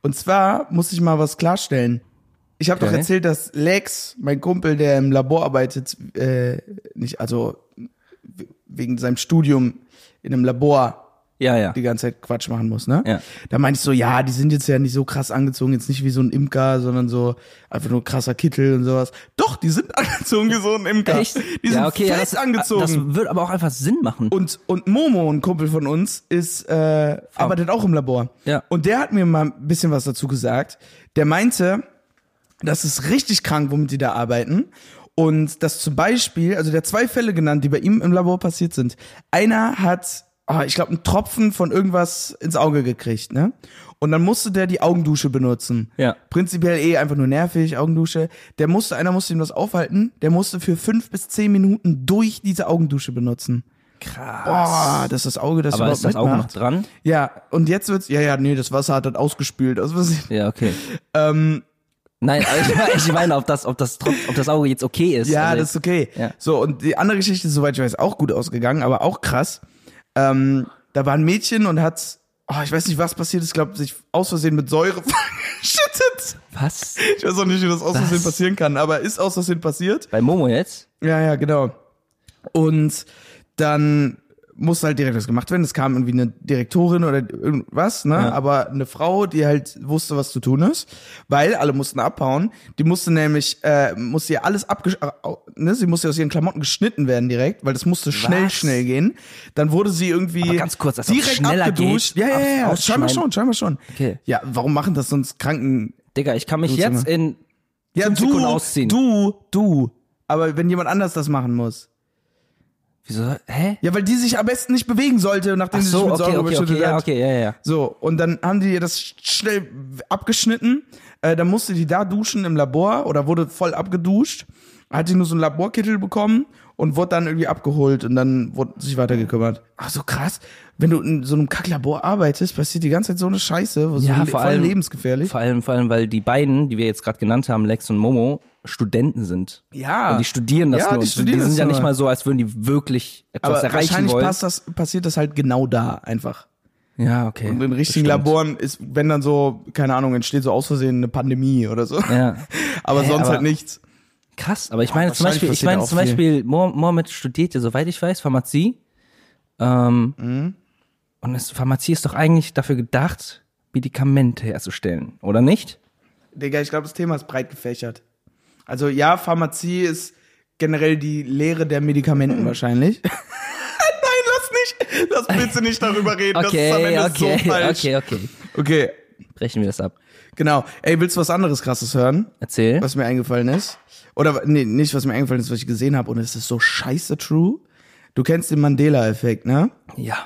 S2: Und zwar muss ich mal was klarstellen. Ich habe doch
S1: Okay.
S2: erzählt, dass Lex, mein Kumpel, der im Labor arbeitet, äh, nicht, also w- wegen seinem Studium in einem Labor
S1: Ja, ja.
S2: die ganze Zeit Quatsch machen muss, ne?
S1: Ja.
S2: Da meinte ich so, ja, die sind jetzt ja nicht so krass angezogen, jetzt nicht wie so ein Imker, sondern so einfach nur krasser Kittel und sowas. Doch, die sind angezogen wie so ein Imker. Die sind fett
S1: das-
S2: angezogen.
S1: Das wird aber auch einfach Sinn machen.
S2: Und, und Momo, ein Kumpel von uns, ist, äh, arbeitet auch im Labor.
S1: Ja.
S2: Und der hat mir mal ein bisschen was dazu gesagt. Der meinte, das ist richtig krank, womit die da arbeiten. Und das zum Beispiel, also der hat zwei Fälle genannt, die bei ihm im Labor passiert sind. Einer hat, ah, ich glaube, einen Tropfen von irgendwas ins Auge gekriegt, ne? Und dann musste der die Augendusche benutzen.
S1: Ja.
S2: Prinzipiell eh einfach nur nervig, Augendusche. Der musste, einer musste ihm das aufhalten, der musste für fünf bis zehn Minuten durch diese Augendusche benutzen. Boah, das ist das Auge, das
S1: aber
S2: überhaupt
S1: ist das Auge noch
S2: mitmacht.
S1: dran?
S2: Ja, und jetzt wird's, ja, ja, nee, das Wasser hat das ausgespült. Also, was ich, ähm,
S1: Ja, okay. Nein, aber ich, ich meine, ob das, ob, das, trotz- ob das Auge jetzt okay ist.
S2: ja,
S1: Also,
S2: das ist okay.
S1: ja.
S2: So, und die andere Geschichte ist, soweit ich weiß, auch gut ausgegangen, aber auch krass. Ähm, da war ein Mädchen und hat, oh, ich weiß nicht, was passiert ist, glaube sich aus Versehen mit Säure verschüttet.
S1: Was?
S2: Ich weiß auch nicht, wie das aus
S1: Was?
S2: Versehen passieren kann, aber ist aus Versehen passiert.
S1: Bei Momo jetzt?
S2: Ja, ja, genau. Und dann musste halt direkt was gemacht werden. Es kam irgendwie eine Direktorin oder irgendwas, ne? Aber eine Frau, die halt wusste, was zu tun ist, weil alle mussten abhauen. Die musste nämlich, äh, musste ihr alles abgesch... äh, au- Ne? Sie musste aus ihren Klamotten geschnitten werden direkt, weil das musste schnell,
S1: Was?
S2: schnell gehen. Dann wurde sie irgendwie
S1: Aber ganz kurz, als ob es
S2: direkt
S1: schneller
S2: abgeduscht.
S1: geht,
S2: ja, ja,
S1: abs-
S2: ja, ja. Scheinbar
S1: ausschneiden.
S2: schon, scheinbar schon.
S1: Okay.
S2: Ja, warum machen das sonst Kranken...
S1: Digga, ich kann mich
S2: Du
S1: jetzt
S2: jetzt
S1: in
S2: Ja,
S1: fünf Sekunden
S2: du,
S1: ausziehen.
S2: du, du. Aber wenn jemand anders das machen muss...
S1: Wieso? Hä?
S2: Ja, weil die sich am besten nicht bewegen sollte, nachdem
S1: Ach
S2: sie sich
S1: so,
S2: mit Säure
S1: okay, okay,
S2: überschüttet
S1: okay, ja,
S2: hat.
S1: okay, ja, ja.
S2: So, und dann haben die ihr das schnell abgeschnitten. Äh, dann musste die da duschen im Labor oder wurde voll abgeduscht. Hat die nur so einen Laborkittel bekommen und wurde dann irgendwie abgeholt und dann wurde sich weiter gekümmert. Ach so krass. Wenn du in so einem Kacklabor arbeitest, passiert die ganze Zeit so eine Scheiße, wo so
S1: Ja,
S2: le-
S1: vor
S2: voll
S1: allem-
S2: lebensgefährlich.
S1: Vor allem, vor allem, weil die beiden, die wir jetzt gerade genannt haben, Lex und Momo, Studenten sind.
S2: Ja.
S1: Und die studieren das
S2: Ah. Ja,
S1: nur.
S2: die
S1: Und
S2: studieren
S1: die sind
S2: das
S1: ja nicht
S2: nur.
S1: mal so, als würden die wirklich etwas
S2: Aber
S1: erreichen
S2: wahrscheinlich
S1: wollen.
S2: passt das, passiert das halt genau da einfach.
S1: ja, okay.
S2: Und in richtigen
S1: Bestimmt.
S2: Laboren ist, wenn dann so, keine Ahnung, entsteht so aus Versehen eine Pandemie oder so.
S1: Ja.
S2: Aber
S1: Hä,
S2: sonst
S1: aber-
S2: halt nichts.
S1: Krass, aber ich meine zum
S2: wahrscheinlich
S1: Beispiel, ich
S2: passiert
S1: meine
S2: da
S1: zum
S2: auch viel.
S1: Beispiel, Moh- Mohammed studiert ja, soweit ich weiß, Pharmazie. Ähm,
S2: Mhm.
S1: Und es, Pharmazie ist doch eigentlich dafür gedacht, Medikamente herzustellen, oder nicht?
S2: Digga, ich glaube, das Thema ist breit gefächert. Also ja, Pharmazie ist generell die Lehre der Medikamenten wahrscheinlich. Nein, lass nicht. Lass bitte nicht darüber reden.
S1: Okay,
S2: das ist am Ende
S1: okay,
S2: so falsch.
S1: okay, okay.
S2: okay,
S1: Brechen wir das ab.
S2: genau. Ey, willst du was anderes krasses hören?
S1: Erzähl.
S2: was mir eingefallen ist. Oder nee, nicht, was mir eingefallen ist, was ich gesehen habe. Und es ist so scheiße true. Du kennst den Mandela-Effekt, ne?
S1: Ja.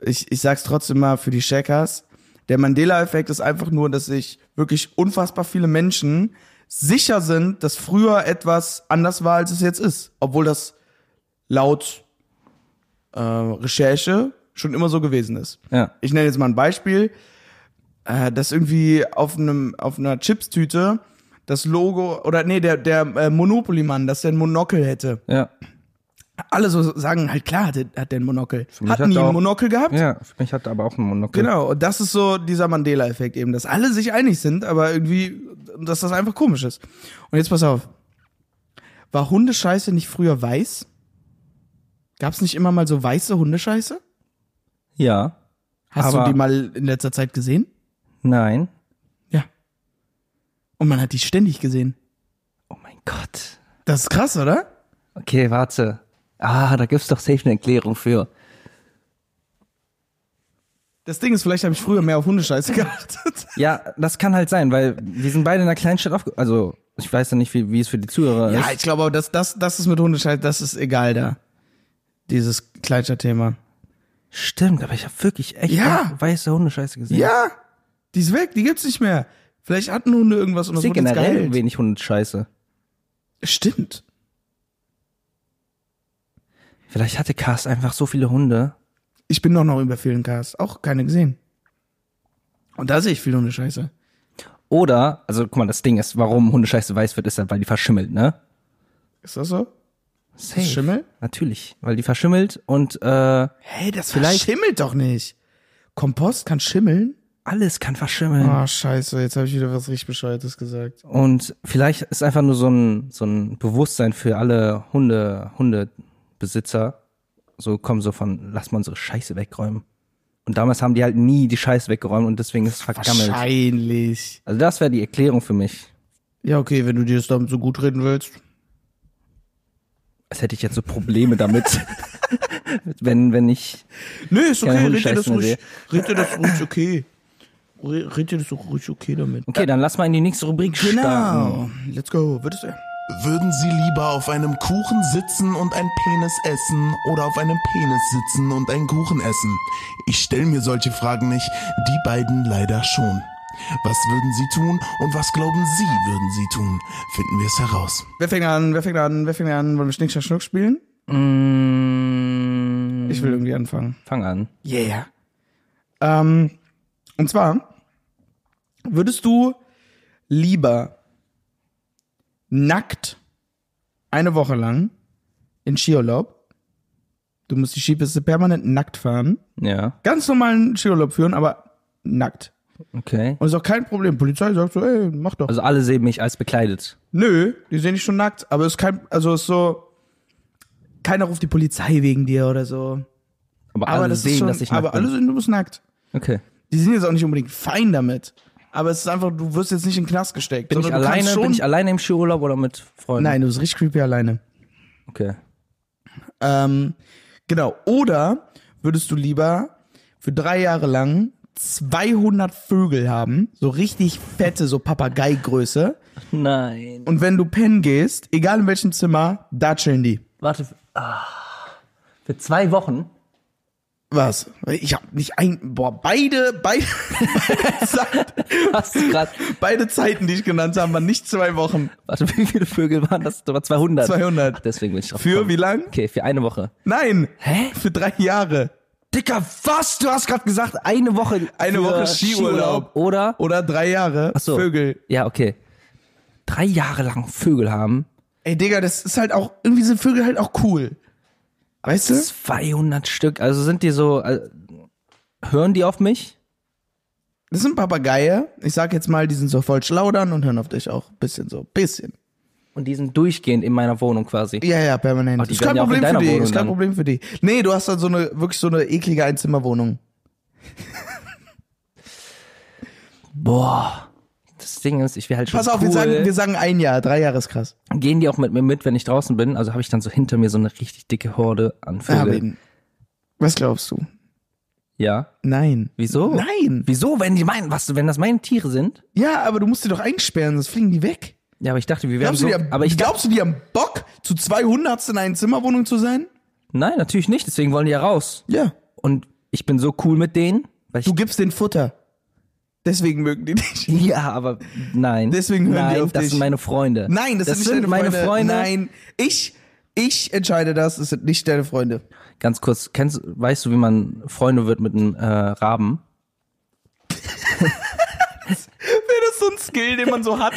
S2: ich, ich sag's trotzdem mal für die Checkers. Der Mandela-Effekt ist einfach nur, dass sich wirklich unfassbar viele Menschen sicher sind, dass früher etwas anders war, als es jetzt ist. Obwohl das laut äh, Recherche schon immer so gewesen ist.
S1: Ja.
S2: Ich nenne jetzt mal ein Beispiel, äh, dass irgendwie auf einem auf einer Chipstüte das Logo oder nee, der der äh, Monopoly-Mann, dass der ein Monokel hätte.
S1: Ja.
S2: Alle so sagen halt klar, hat, der- hat der ein Monokel.
S1: mich
S2: Hat
S1: hat
S2: nie
S1: er auch-
S2: ein Monokel gehabt?
S1: Ja, für mich hat er aber auch ein Monokel.
S2: Genau, und das ist so dieser Mandela-Effekt eben, dass alle sich einig sind, aber irgendwie, dass das einfach komisch ist. Und jetzt pass auf. War Hundescheiße nicht früher weiß? Gab es nicht immer mal so weiße Hundescheiße?
S1: Ja.
S2: Hast
S1: Aber-
S2: du die mal in letzter Zeit gesehen?
S1: Nein.
S2: Ja. Und man hat die ständig gesehen.
S1: Oh mein Gott.
S2: Das ist krass, oder?
S1: Okay, warte. Ah, da gibt's doch safe eine Erklärung für.
S2: Das Ding ist, vielleicht habe ich früher mehr auf Hundescheiße geachtet.
S1: Ja, das kann halt sein, weil wir sind beide in einer Kleinstadt aufge... Also, ich weiß ja nicht, wie, wie es für die Zuhörer
S2: ja,
S1: ist.
S2: ich glaube, aber das, das, das ist mit Hundescheiße, das ist egal da. Dieses Kleidscher-Thema.
S1: Stimmt, aber ich habe wirklich echt
S2: Ja.
S1: weiße Hundescheiße gesehen.
S2: Ja, die ist weg, die gibt's nicht mehr. Vielleicht hatten Hunde irgendwas und
S1: Ich
S2: das
S1: sehe
S2: wurde jetzt
S1: generell
S2: geheilt.
S1: wenig Hundescheiße.
S2: Stimmt.
S1: Vielleicht hatte Cast einfach so viele Hunde.
S2: Ich bin doch noch über vielen Cars, auch keine gesehen. Und da sehe ich viel Hundescheiße.
S1: Oder, also guck mal, das Ding ist, warum Hundescheiße weiß wird, ist ja, weil die verschimmelt, ne?
S2: Ist das so?
S1: Safe.
S2: Schimmel?
S1: Natürlich, weil die verschimmelt und äh,
S2: Hey, das
S1: Vielleicht-
S2: schimmelt doch nicht. Kompost kann schimmeln?
S1: alles kann verschimmeln.
S2: Ah, scheiße, jetzt habe ich wieder was richtig Bescheuertes gesagt.
S1: Und vielleicht ist einfach nur so ein, so ein Bewusstsein für alle Hunde, Hundebesitzer. So, komm, so von, lass mal unsere Scheiße wegräumen. Und damals haben die halt nie die Scheiße weggeräumt und deswegen ist es vergammelt.
S2: Wahrscheinlich.
S1: Also das wäre die Erklärung für mich.
S2: Ja, okay, wenn du dir das damit so gut reden willst.
S1: Als hätte ich jetzt so Probleme damit. wenn, wenn ich.
S2: Nö, ist
S1: Keine
S2: okay, red dir
S1: Hundescheiße
S2: das
S1: mehr
S2: ruhig. Red dir das ruhig okay. Red red dir das auch ruhig okay damit.
S1: Okay, dann lass mal in die nächste Rubrik starten.
S2: Genau. Let's go. Würdest du?
S4: Würden Sie lieber auf einem Kuchen sitzen und ein Penis essen oder auf einem Penis sitzen und einen Kuchen essen? Ich stelle mir solche Fragen nicht, die beiden leider schon. Was würden Sie tun und was glauben Sie, würden Sie tun? Finden wir es heraus.
S2: Wer fängt an? Wer fängt an? Wer fängt an? Wollen wir Schnick, Schnack, Schnuck spielen?
S1: Mm,
S2: Ich will irgendwie anfangen.
S1: fang an.
S2: Yeah. Ähm, und zwar, würdest du lieber nackt eine Woche lang in Skiurlaub, du musst die Skipiste permanent nackt fahren,
S1: Ja,
S2: ganz normalen Skiurlaub führen, aber nackt.
S1: okay.
S2: Und ist auch kein Problem. Polizei sagt so, ey, mach doch.
S1: Also alle sehen mich als bekleidet.
S2: Nö, die sehen dich schon nackt, aber ist kein, also ist so, keiner ruft die Polizei wegen dir oder so.
S1: Aber,
S2: Aber
S1: alle
S2: das
S1: sehen,
S2: ist schon,
S1: dass ich nackt
S2: aber alle
S1: bin.
S2: sehen, du bist nackt.
S1: Okay.
S2: die sind jetzt auch nicht unbedingt fein damit. Aber es ist einfach, du wirst jetzt nicht in den Knast gesteckt.
S1: Bin ich,
S2: sondern du kannst
S1: alleine,
S2: schon,
S1: bin ich alleine im Skiurlaub oder mit Freunden?
S2: Nein, du bist richtig creepy alleine.
S1: Okay.
S2: Ähm, genau. Oder würdest du lieber für drei Jahre lang 200 Vögel haben, so richtig fette, so Papageigröße.
S1: Nein.
S2: Und wenn du pennen gehst, egal in welchem Zimmer, da chillen die.
S1: Warte. Ah, für zwei Wochen?
S2: Was? Ich hab nicht ein, boah, beide, beide, beide, Zeit,
S1: Hast du grad,
S2: beide Zeiten, die ich genannt habe, waren nicht zwei Wochen.
S1: warte, wie viele Vögel waren das? Das war 200.
S2: 200.
S1: Ach, deswegen bin ich drauf
S2: Für
S1: gekommen.
S2: wie lang?
S1: Okay, für eine Woche.
S2: Nein.
S1: Hä?
S2: Für drei Jahre.
S1: Dicker, was? Du hast gerade gesagt, eine Woche.
S2: Eine
S1: für
S2: Woche Skiurlaub.
S1: Oder?
S2: Oder drei Jahre.
S1: Ach so.
S2: Vögel.
S1: Ja, okay. Drei Jahre lang Vögel haben.
S2: Ey, Digga, das ist halt auch, irgendwie sind Vögel halt auch cool. Weißt
S1: Hm?
S2: du?
S1: 200 Stück. Also sind die so. äh, hören die auf mich?
S2: Das sind Papageie. Ich sag jetzt mal, die sind so voll schlaudern und hören auf dich auch. Bisschen so. Bisschen.
S1: Und die sind durchgehend in meiner Wohnung quasi.
S2: Ja, ja, permanent.
S1: Ach, die
S2: ist
S1: werden
S2: kein
S1: ja auch in
S2: Problem für
S1: deiner
S2: die.
S1: Wohnung
S2: ist kein
S1: dann.
S2: Problem für die. Nee, du hast dann so eine, wirklich so eine eklige Einzimmerwohnung.
S1: Boah. Das Ding ist, ich wäre halt schon.
S2: Pass auf,
S1: cool.
S2: wir sagen, wir sagen ein Jahr. Drei Jahre ist krass.
S1: Gehen die auch mit mir mit, wenn ich draußen bin? Also habe ich dann so hinter mir so eine richtig dicke Horde an
S2: Ja,
S1: Vögeln.
S2: Beden. Was glaubst du?
S1: Ja.
S2: Nein.
S1: Wieso?
S2: Nein.
S1: Wieso, wenn die meinen, was, wenn das meine Tiere sind?
S2: Ja, aber du musst die doch einsperren, sonst fliegen die weg.
S1: Ja, aber ich dachte, wir wären
S2: Glaubst,
S1: so.
S2: du, die haben,
S1: aber ich glaub,
S2: glaubst du, die haben Bock, zu 200 in einer Zimmerwohnung zu sein?
S1: nein, natürlich nicht. Deswegen wollen die ja raus.
S2: Ja.
S1: Und ich bin so cool mit denen, weil ich
S2: Du gibst denen Futter. Deswegen mögen die dich.
S1: Ja, aber nein.
S2: Deswegen hören die
S1: nein,
S2: auf
S1: das
S2: dich.
S1: sind meine Freunde.
S2: Nein, das, sind nicht deine
S1: meine
S2: Freunde.
S1: Freunde.
S2: Nein, ich, ich entscheide das, das sind nicht deine Freunde.
S1: Ganz kurz, kennst, weißt du, wie man Freunde wird mit einem äh, Raben?
S2: Wäre das so ein Skill, den man so hat?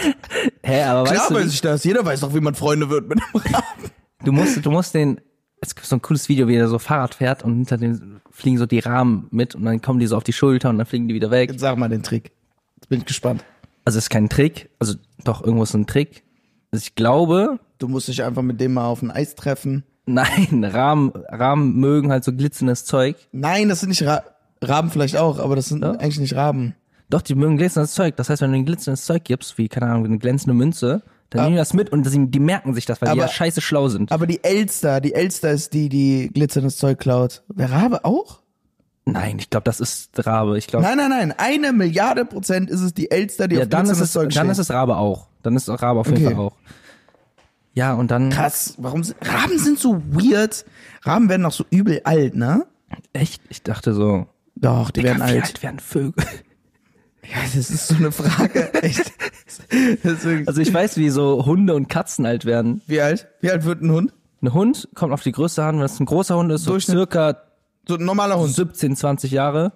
S1: Hä, aber
S2: Klar
S1: weißt du,
S2: weiß
S1: wie-
S2: ich das. Jeder weiß doch, wie man Freunde wird mit einem Raben.
S1: du musst, du musst den, es gibt so ein cooles Video, wie er so Fahrrad fährt und hinter dem fliegen so die Rahmen mit und dann kommen die so auf die Schulter und dann fliegen die wieder weg.
S2: Jetzt sag mal den Trick. Jetzt bin ich gespannt.
S1: Also ist kein Trick, also doch irgendwo ist ein Trick. Also ich glaube,
S2: Du musst dich einfach mit dem mal auf ein Eis treffen.
S1: nein, Rahmen, Rahmen mögen halt so glitzerndes Zeug.
S2: Nein, das sind nicht Ra Raben vielleicht auch, aber das sind eigentlich nicht Raben.
S1: Doch, die mögen glitzerndes Zeug. Das heißt, wenn du ihnen glitzerndes Zeug gibst, wie, keine Ahnung, eine glänzende Münze, dann nehmen die das mit und sie, die merken sich das, weil die
S2: Aber-
S1: ja scheiße schlau sind.
S2: Aber die Elster, die Elster ist die, die glitzerndes Zeug klaut. Der Rabe auch?
S1: Nein, ich glaube, das ist Rabe. Ich glaube,
S2: Nein, nein, nein. Eine Milliarde Prozent ist es die Elster, die
S1: ja,
S2: auf
S1: dann ist
S2: glitzerndes
S1: es,
S2: Zeug
S1: dann
S2: steht.
S1: ist es Rabe auch. Dann ist auch Rabe auf jeden
S2: Okay.
S1: Fall auch. Ja, und dann,
S2: Krass. Warum sind, Raben sind so weird. Raben werden auch so übel alt, ne?
S1: echt, ich dachte so,
S2: Doch, die werden
S1: Digga, wie
S2: alt.
S1: alt werden Vögel?
S2: Ja, das ist so eine Frage. Echt. Das ist wirklich,
S1: Also ich weiß, wie so Hunde und Katzen alt werden.
S2: wie alt? Wie alt wird ein Hund?
S1: Ein Hund kommt auf die Größe an, wenn es ein großer Hund ist, so
S2: Durchschnitt-
S1: circa
S2: So ein normaler Hund.
S1: 17, 20 Jahre.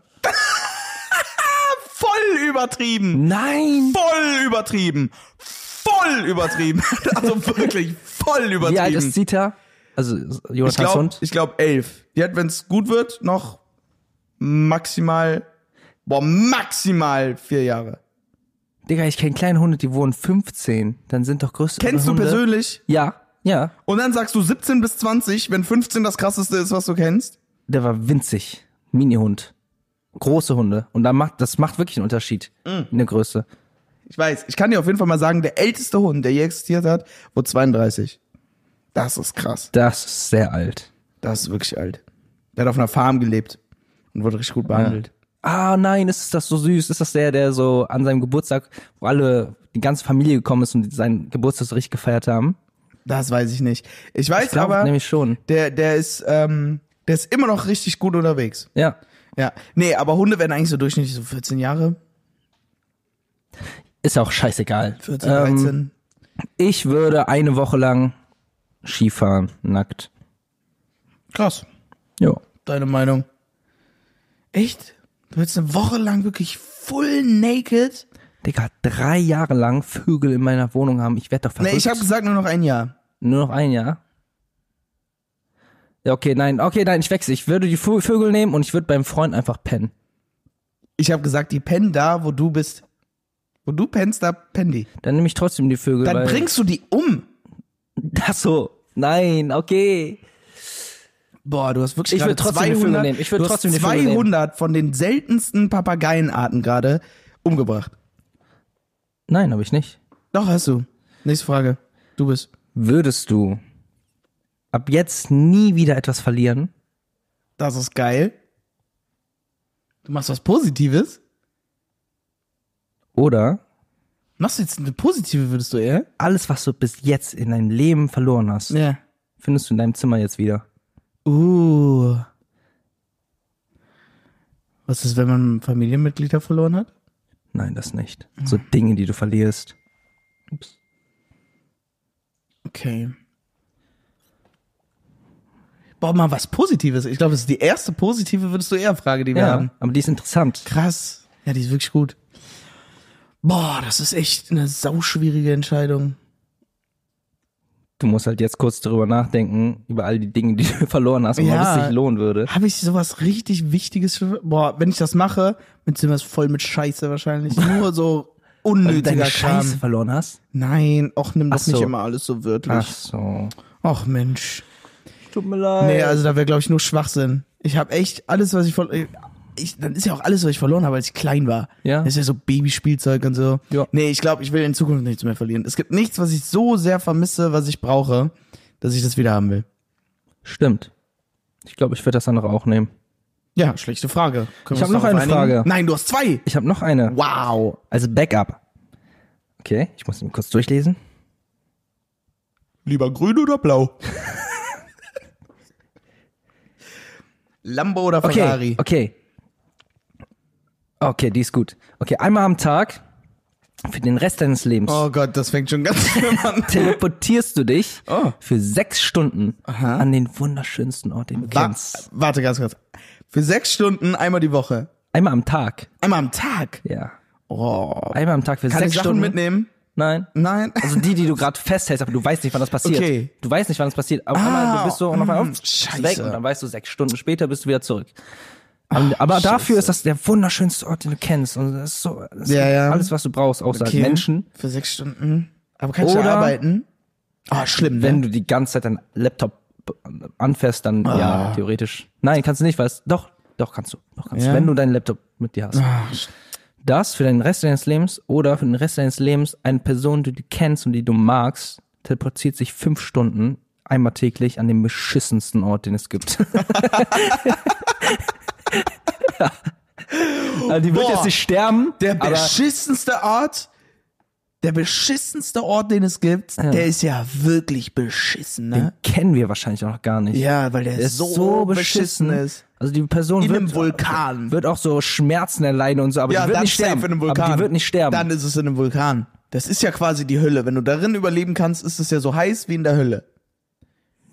S2: Voll übertrieben.
S1: Nein!
S2: Voll übertrieben. Voll übertrieben. Also wirklich voll übertrieben.
S1: Wie alt ist Zita? Also
S2: Ich
S1: Jonathans
S2: glaube,
S1: Hund?
S2: ich glaube elf. Die hat, wenn es gut wird, noch maximal, boah, maximal vier Jahre.
S1: Digga, ich kenne kleine Hunde, die wohnen 15. Dann sind doch größere
S2: Kennst du
S1: Hunde.
S2: persönlich?
S1: Ja, ja.
S2: Und dann sagst du 17 bis 20, wenn 15 das krasseste ist, was du kennst.
S1: Der war winzig. Minihund. große Hunde. Und da macht, das macht wirklich einen Unterschied
S2: Mm.
S1: in der Größe.
S2: Ich weiß, ich kann dir auf jeden Fall mal sagen, der älteste Hund, der je existiert hat, wurde 32. Das ist krass.
S1: Das ist sehr alt.
S2: Das ist wirklich alt. Der hat auf einer Farm gelebt und wurde richtig gut behandelt.
S1: Ah nein, ist das so süß? Ist das der, der so an seinem Geburtstag, wo alle, die ganze Familie gekommen ist und seinen Geburtstag so richtig gefeiert haben?
S2: Das weiß ich nicht. Ich weiß
S1: Ich glaube
S2: aber,
S1: nämlich schon.
S2: der, der ist, ähm, der ist immer noch richtig gut unterwegs.
S1: Ja.
S2: Ja. Nee, aber Hunde werden eigentlich so durchschnittlich so 14 Jahre,
S1: Ist auch scheißegal.
S2: 14,
S1: Ähm,
S2: 13.
S1: Ich würde eine Woche lang Skifahren, nackt.
S2: Krass.
S1: Jo.
S2: Deine Meinung? Echt? Du willst eine Woche lang wirklich full naked?
S1: Digga, drei Jahre lang Vögel in meiner Wohnung haben. Ich werde doch verrückt.
S2: Nee, ich habe gesagt nur noch ein Jahr.
S1: Nur noch ein Jahr. Ja, okay, nein, okay, nein, ich wechsle. Ich würde die Vö- Vögel nehmen und ich würde beim Freund einfach pennen.
S2: Ich habe gesagt, die pennen da, wo du bist. Wo du pennst, da pennen die.
S1: Dann nehme ich trotzdem die Vögel.
S2: Dann
S1: weil-
S2: bringst du die um.
S1: Ach so. Nein, okay.
S2: Boah, du hast wirklich
S1: Ich
S2: gerade
S1: würd trotzdem die Vögel
S2: 200,
S1: nehmen. Ich würd
S2: du hast
S1: trotzdem die Vögel nehmen.
S2: 200 von den seltensten Papageienarten gerade umgebracht.
S1: Nein, habe ich nicht.
S2: Doch, hast du. Nächste Frage. Du bist.
S1: Würdest du ab jetzt nie wieder etwas verlieren?
S2: Das ist geil. Du machst was Positives.
S1: Oder
S2: Machst du jetzt eine positive, würdest du eher?
S1: alles, was du bis jetzt in deinem Leben verloren hast,
S2: Ja.
S1: findest du in deinem Zimmer jetzt wieder?
S2: Uh. Was ist, wenn man Familienmitglieder verloren hat?
S1: Nein, das nicht. So
S2: Mhm.
S1: Dinge, die du verlierst.
S2: Okay. Boah, mal was Positives. Ich glaube, das ist die erste positive, würdest du eher Frage, die wir haben.
S1: Ja, aber die ist interessant.
S2: Krass. Ja, die ist wirklich gut. Boah, das ist echt eine sauschwierige Entscheidung.
S1: Du musst halt jetzt kurz darüber nachdenken, über all die Dinge, die du verloren hast und
S2: Ja.
S1: ob es sich lohnen würde.
S2: Habe ich sowas richtig Wichtiges? Für, boah, wenn ich das mache, mein Zimmer ist voll mit Scheiße wahrscheinlich. Nur so
S1: Wenn du
S2: unnötiger
S1: deine
S2: Scheiß.
S1: Scheiße
S2: Kram.
S1: verloren hast.
S2: Nein, auch nimm
S1: Ach
S2: das
S1: so.
S2: nicht immer alles so
S1: Ach
S2: wörtlich.
S1: so.
S2: Ach Mensch.
S1: Tut mir leid.
S2: Nee, also da wäre, glaube ich, nur Schwachsinn. Ich habe echt alles, was ich verloren ich, dann ist ja auch alles, was ich verloren habe, als ich klein war.
S1: Ja.
S2: Das ist ja so Babyspielzeug und so.
S1: Ja.
S2: Nee, ich glaube, ich will in Zukunft nichts mehr verlieren. Es gibt nichts, was ich so sehr vermisse, was ich brauche, dass ich das wieder haben will.
S1: Stimmt. Ich glaube, ich werde das andere auch nehmen.
S2: Ja, schlechte Frage. Können
S1: Ich
S2: wir
S1: hab
S2: uns
S1: noch eine
S2: darauf einigen?
S1: Frage.
S2: Nein, du hast zwei.
S1: Ich habe noch eine.
S2: Wow.
S1: Also Backup. Okay, ich muss ihn kurz durchlesen.
S4: Lieber grün oder blau?
S2: Lambo oder
S1: Okay,
S2: Ferrari?
S1: okay. Okay, die ist gut. Okay, einmal am Tag für den Rest deines Lebens
S2: Oh Gott, das fängt schon ganz schlimm an.
S1: teleportierst du dich
S2: Oh.
S1: für sechs Stunden
S2: Aha.
S1: an den wunderschönsten Ort, den du
S2: Wa
S1: kennst.
S2: warte ganz kurz. Für sechs Stunden einmal die Woche.
S1: Einmal am Tag.
S2: Einmal am Tag.
S1: Ja.
S2: Oh.
S1: Einmal am Tag für
S2: Kann
S1: sechs
S2: ich Sachen
S1: Stunden.
S2: mitnehmen?
S1: Nein.
S2: Nein.
S1: Also die, die du gerade festhältst, aber du weißt nicht, wann das passiert.
S2: Okay.
S1: Du weißt nicht, wann das passiert. Aber einmal, du bist so und auf einmal
S2: mm,
S1: auf,
S2: scheiße.
S1: weg und dann weißt du, sechs Stunden später bist du wieder zurück. Und- aber dafür ist das der wunderschönste Ort, den du kennst. Und das ist so das
S2: Ja,
S1: ist
S2: ja.
S1: alles, was du brauchst, außer
S2: Okay.
S1: Menschen.
S2: Für sechs Stunden. Aber kannst du
S1: Oder-
S2: arbeiten? Ah, schlimm, ne?
S1: Wenn du die ganze Zeit deinen Laptop anfährst, dann
S2: Ah.
S1: ja, theoretisch. Nein, kannst du nicht, weil es doch, doch kannst du. Doch kannst
S2: Ja? Ah,
S1: du, wenn du deinen Laptop mit dir hast. Das für den Rest deines Lebens oder für den Rest deines Lebens eine Person, die du kennst und die du magst, teleportiert sich fünf Stunden einmal täglich an den beschissensten Ort, den es gibt. Also die wird
S2: Boah.
S1: jetzt nicht sterben,
S2: der
S1: aber
S2: beschissenste Ort, der beschissenste Ort, den es gibt, der ist ja wirklich beschissen, ne?
S1: kennen wir wahrscheinlich auch noch gar nicht.
S2: Ja, weil der,
S1: Der ist
S2: so,
S1: so,
S2: beschissen,
S1: beschissen.
S2: ist.
S1: Also die Person
S2: In
S1: wird,
S2: einem Vulkan.
S1: wird auch so Schmerzen erleiden und so, aber die wird nicht
S2: safe
S1: sterben.
S2: in einem Vulkan.
S1: Aber die wird nicht sterben.
S2: Dann ist es in einem Vulkan. Das ist ja quasi die Hölle. Wenn du darin überleben kannst, ist es ja so heiß wie in der Hölle.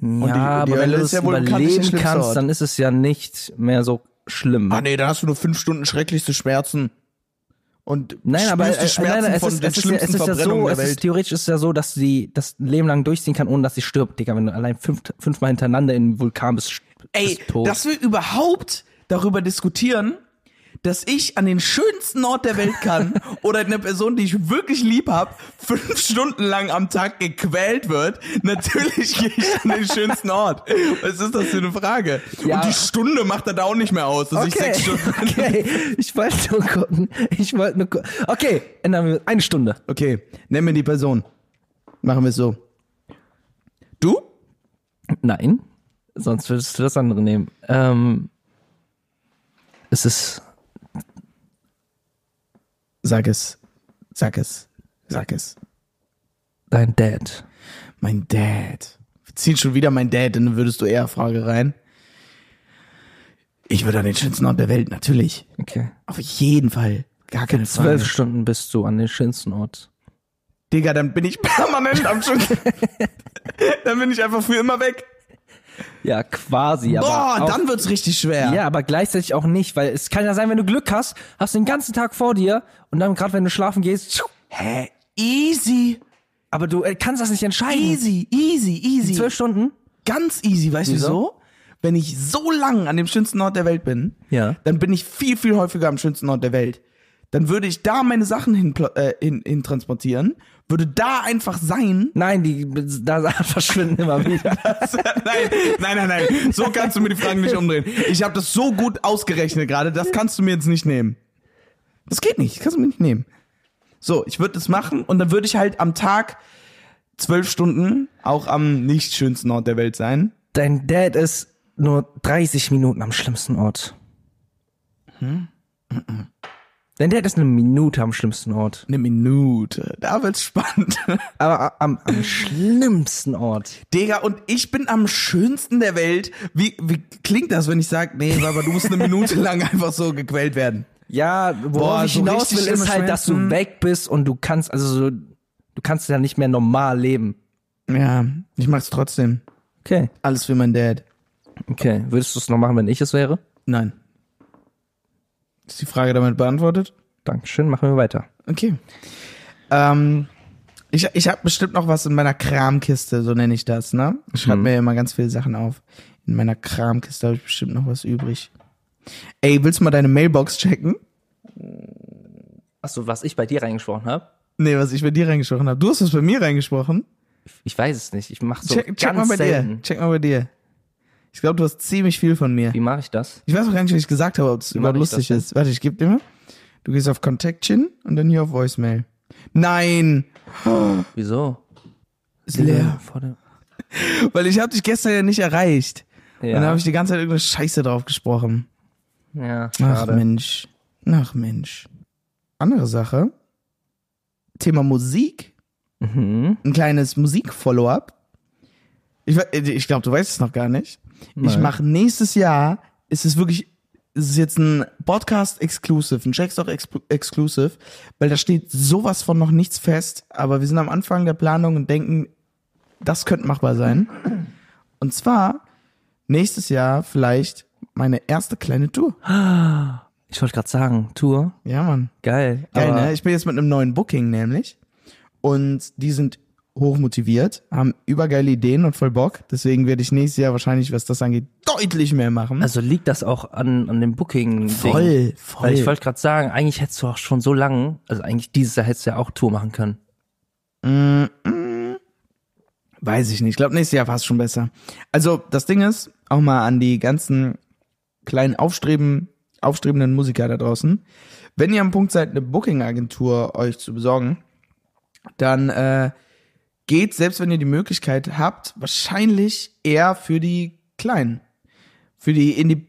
S1: ja,
S2: die
S1: aber wenn
S2: Hölle
S1: du es
S2: ist ja wohl bekanntlich der
S1: überleben
S2: schlimmste
S1: kannst,
S2: Ort.
S1: dann ist es ja nicht mehr so schlimm.
S2: Ah nee, dann hast du nur fünf Stunden schrecklichste Schmerzen. Und
S1: Nein, aber
S2: spürst
S1: äh,
S2: die Schmerzen
S1: nein, nein, es
S2: von
S1: ist,
S2: den
S1: es ist, ja-
S2: schlimmsten
S1: es ist ja
S2: Verbrennungen
S1: so,
S2: der
S1: es
S2: Welt.
S1: ist theoretisch ist ja so, dass sie das Leben lang durchziehen kann, ohne dass sie stirbt, Digga. Wenn du allein fünf, fünfmal hintereinander in einem Vulkan bist, sch-
S2: Ey,
S1: bist tot.
S2: dass wir überhaupt darüber diskutieren, dass ich an den schönsten Ort der Welt kann oder eine Person, die ich wirklich lieb hab, fünf Stunden lang am Tag gequält wird, natürlich gehe ich an den schönsten Ort. Was ist das für eine Frage?
S1: Ja.
S2: Und die Stunde macht das auch nicht mehr aus, dass ich sechs Stunden...
S1: okay. Ich wollte nur gucken. Ich wollte nur gucken. Okay, ändern wir eine Stunde.
S2: Okay, nenn mir die Person. Machen wir es so. Du?
S1: Nein, sonst würdest du das andere nehmen. Ähm, es ist
S2: Sag es. Sag es. Sag es.
S1: dein Dad.
S2: Mein Dad. Wir ziehen schon wieder mein Dad in eine würdest du eher Frage rein. Ich würde an den schönsten Ort der Welt, natürlich.
S1: Okay.
S2: Auf jeden Fall. Gar keine Frage.
S1: Zwölf Stunden bist du an den schönsten Ort.
S2: Digga, dann bin ich permanent am Schutz. dann bin ich einfach für immer weg.
S1: Ja, quasi.
S2: Boah,
S1: aber auch,
S2: dann wird's richtig schwer.
S1: Ja, aber gleichzeitig auch nicht, weil es kann ja sein, wenn du Glück hast, hast du den ganzen Tag vor dir und dann gerade wenn du schlafen gehst, tschuh,
S2: Hä? Easy.
S1: aber du äh, kannst das nicht entscheiden.
S2: Easy, easy, easy.
S1: Zwölf Stunden?
S2: ganz easy, weißt du
S1: Wieso?
S2: wieso? Wenn ich so lang an dem schönsten Ort der Welt bin,
S1: Ja.
S2: dann bin ich viel, viel häufiger am schönsten Ort der Welt. Dann würde ich da meine Sachen hin, äh, hin, hin transportieren, würde da einfach sein.
S1: Nein, die da verschwinden immer wieder.
S2: nein, nein, nein, nein. So kannst du mir die Fragen nicht umdrehen. Ich habe das so gut ausgerechnet gerade, das kannst du mir jetzt nicht nehmen. Das geht nicht, das kannst du mir nicht nehmen. So, ich würde das machen und dann würde ich halt am Tag zwölf Stunden auch am nicht schönsten Ort der Welt sein.
S1: Dein Dad ist nur 30 Minuten am schlimmsten Ort. Hm? Dein Dad ist eine Minute am schlimmsten Ort.
S2: Eine Minute. Da wird's spannend.
S1: Aber a- am, am schlimmsten Ort.
S2: Digga, und ich bin am schönsten der Welt. Wie, wie klingt das, wenn ich sage, nee, aber du musst eine Minute lang einfach so gequält werden?
S1: Ja, worauf
S2: Boah,
S1: ich
S2: so
S1: hinaus
S2: richtig
S1: will, ist
S2: schlimme
S1: halt, dass du
S2: Schmerzen.
S1: weg bist und du kannst, also so, du kannst ja nicht mehr normal leben.
S2: Ja, ich mach's trotzdem.
S1: Okay.
S2: Alles für meinen Dad.
S1: Okay. Würdest du es noch machen, wenn ich es wäre?
S2: Nein. Ist die Frage damit beantwortet?
S1: Dankeschön, machen wir weiter.
S2: Okay. Ähm, ich ich habe bestimmt noch was in meiner Kramkiste, so nenne ich das, ne? Ich schreibe mir immer ganz viele Sachen auf. In meiner Kramkiste habe ich bestimmt noch was übrig. Ey, willst du mal deine Mailbox checken?
S1: Achso, was ich bei dir reingeschworen habe?
S2: Nee, was ich bei dir reingesprochen habe. Du hast was bei mir reingesprochen.
S1: Ich weiß es nicht. Ich mache so
S2: check check
S1: ganz
S2: mal bei
S1: selten.
S2: dir. Check mal bei dir. Ich glaube, du hast ziemlich viel von mir.
S1: Wie mache ich das?
S2: Ich weiß auch gar nicht, was ich gesagt habe, ob es überhaupt
S1: mach ich das
S2: lustig ist. Warte, ich gebe dir mal. Du gehst auf Contaction und dann hier auf Voicemail. Nein!
S1: Wieso?
S2: Ist leer.
S1: Vor der
S2: Weil ich habe dich gestern ja nicht erreicht.
S1: ja.
S2: Und dann habe ich die ganze Zeit irgendeine Scheiße drauf gesprochen.
S1: ja,
S2: Ach
S1: schade.
S2: Mensch. Ach Mensch. Andere Sache. Thema Musik.
S1: Mhm.
S2: Ein kleines Musik-Follow-up. Ich, we- äh, ich glaube, du weißt es noch gar nicht. Ich mache nächstes Jahr, ist es wirklich, ist es jetzt ein Podcast-Exclusive, ein Checkstock-Exclusive, weil da steht sowas von noch nichts fest, aber wir sind am Anfang der Planung und denken, das könnte machbar sein. Und zwar nächstes Jahr vielleicht meine erste kleine Tour.
S1: Ich wollte gerade sagen, Tour,
S2: Ja, Mann.
S1: geil.
S2: Geil,
S1: aber
S2: ne? Ich bin jetzt mit einem neuen Booking nämlich. Und die sind hochmotiviert, haben übergeile Ideen und voll Bock. Deswegen werde ich nächstes Jahr wahrscheinlich, was das angeht, deutlich mehr machen.
S1: Also liegt das auch an, an dem Booking?
S2: Voll, voll.
S1: Weil ich wollte gerade sagen, eigentlich hättest du auch schon so lange, also eigentlich dieses Jahr hättest du ja auch Tour machen können.
S2: Weiß ich nicht. Ich glaube, nächstes Jahr war es schon besser. Also, das Ding ist, auch mal an die ganzen kleinen Aufstreben, aufstrebenden Musiker da draußen. Wenn ihr am Punkt seid, eine Booking-Agentur euch zu besorgen, dann äh, geht, selbst wenn ihr die Möglichkeit habt, wahrscheinlich eher für die Kleinen. Für die Indie-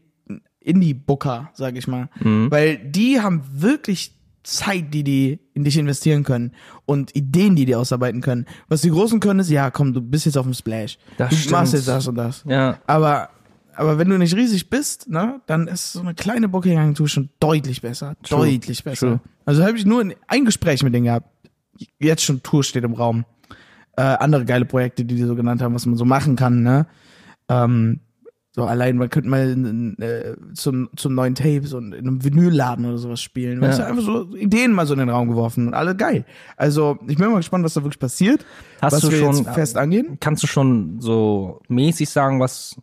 S2: Indie-Booker, sag ich mal.
S1: Mhm.
S2: Weil die haben wirklich Zeit, die die in dich investieren können und Ideen, die die ausarbeiten können. Was die Großen können, ist, ja, komm, du bist jetzt auf dem Splash.
S1: Das
S2: du
S1: stimmt.
S2: machst jetzt das und das.
S1: Ja.
S2: Aber, aber wenn du nicht riesig bist, ne, dann ist so eine kleine Booking-Agentur schon deutlich besser. deutlich besser.
S1: True.
S2: Also habe ich nur ein, ein Gespräch mit denen gehabt. Jetzt schon Tour steht im Raum. Äh, andere geile Projekte, die die so genannt haben, was man so machen kann, ne? Ähm, so allein, man könnte mal in, in, äh, zum, zum neuen Tape so in einem Vinylladen oder sowas spielen. Weißt du,
S1: Ja.
S2: einfach so Ideen mal so in den Raum geworfen und alle geil. Also ich bin mal gespannt, was da wirklich passiert.
S1: Hast
S2: was
S1: du
S2: wir
S1: schon-
S2: jetzt fest angehen.
S1: Kannst du schon so mäßig sagen, was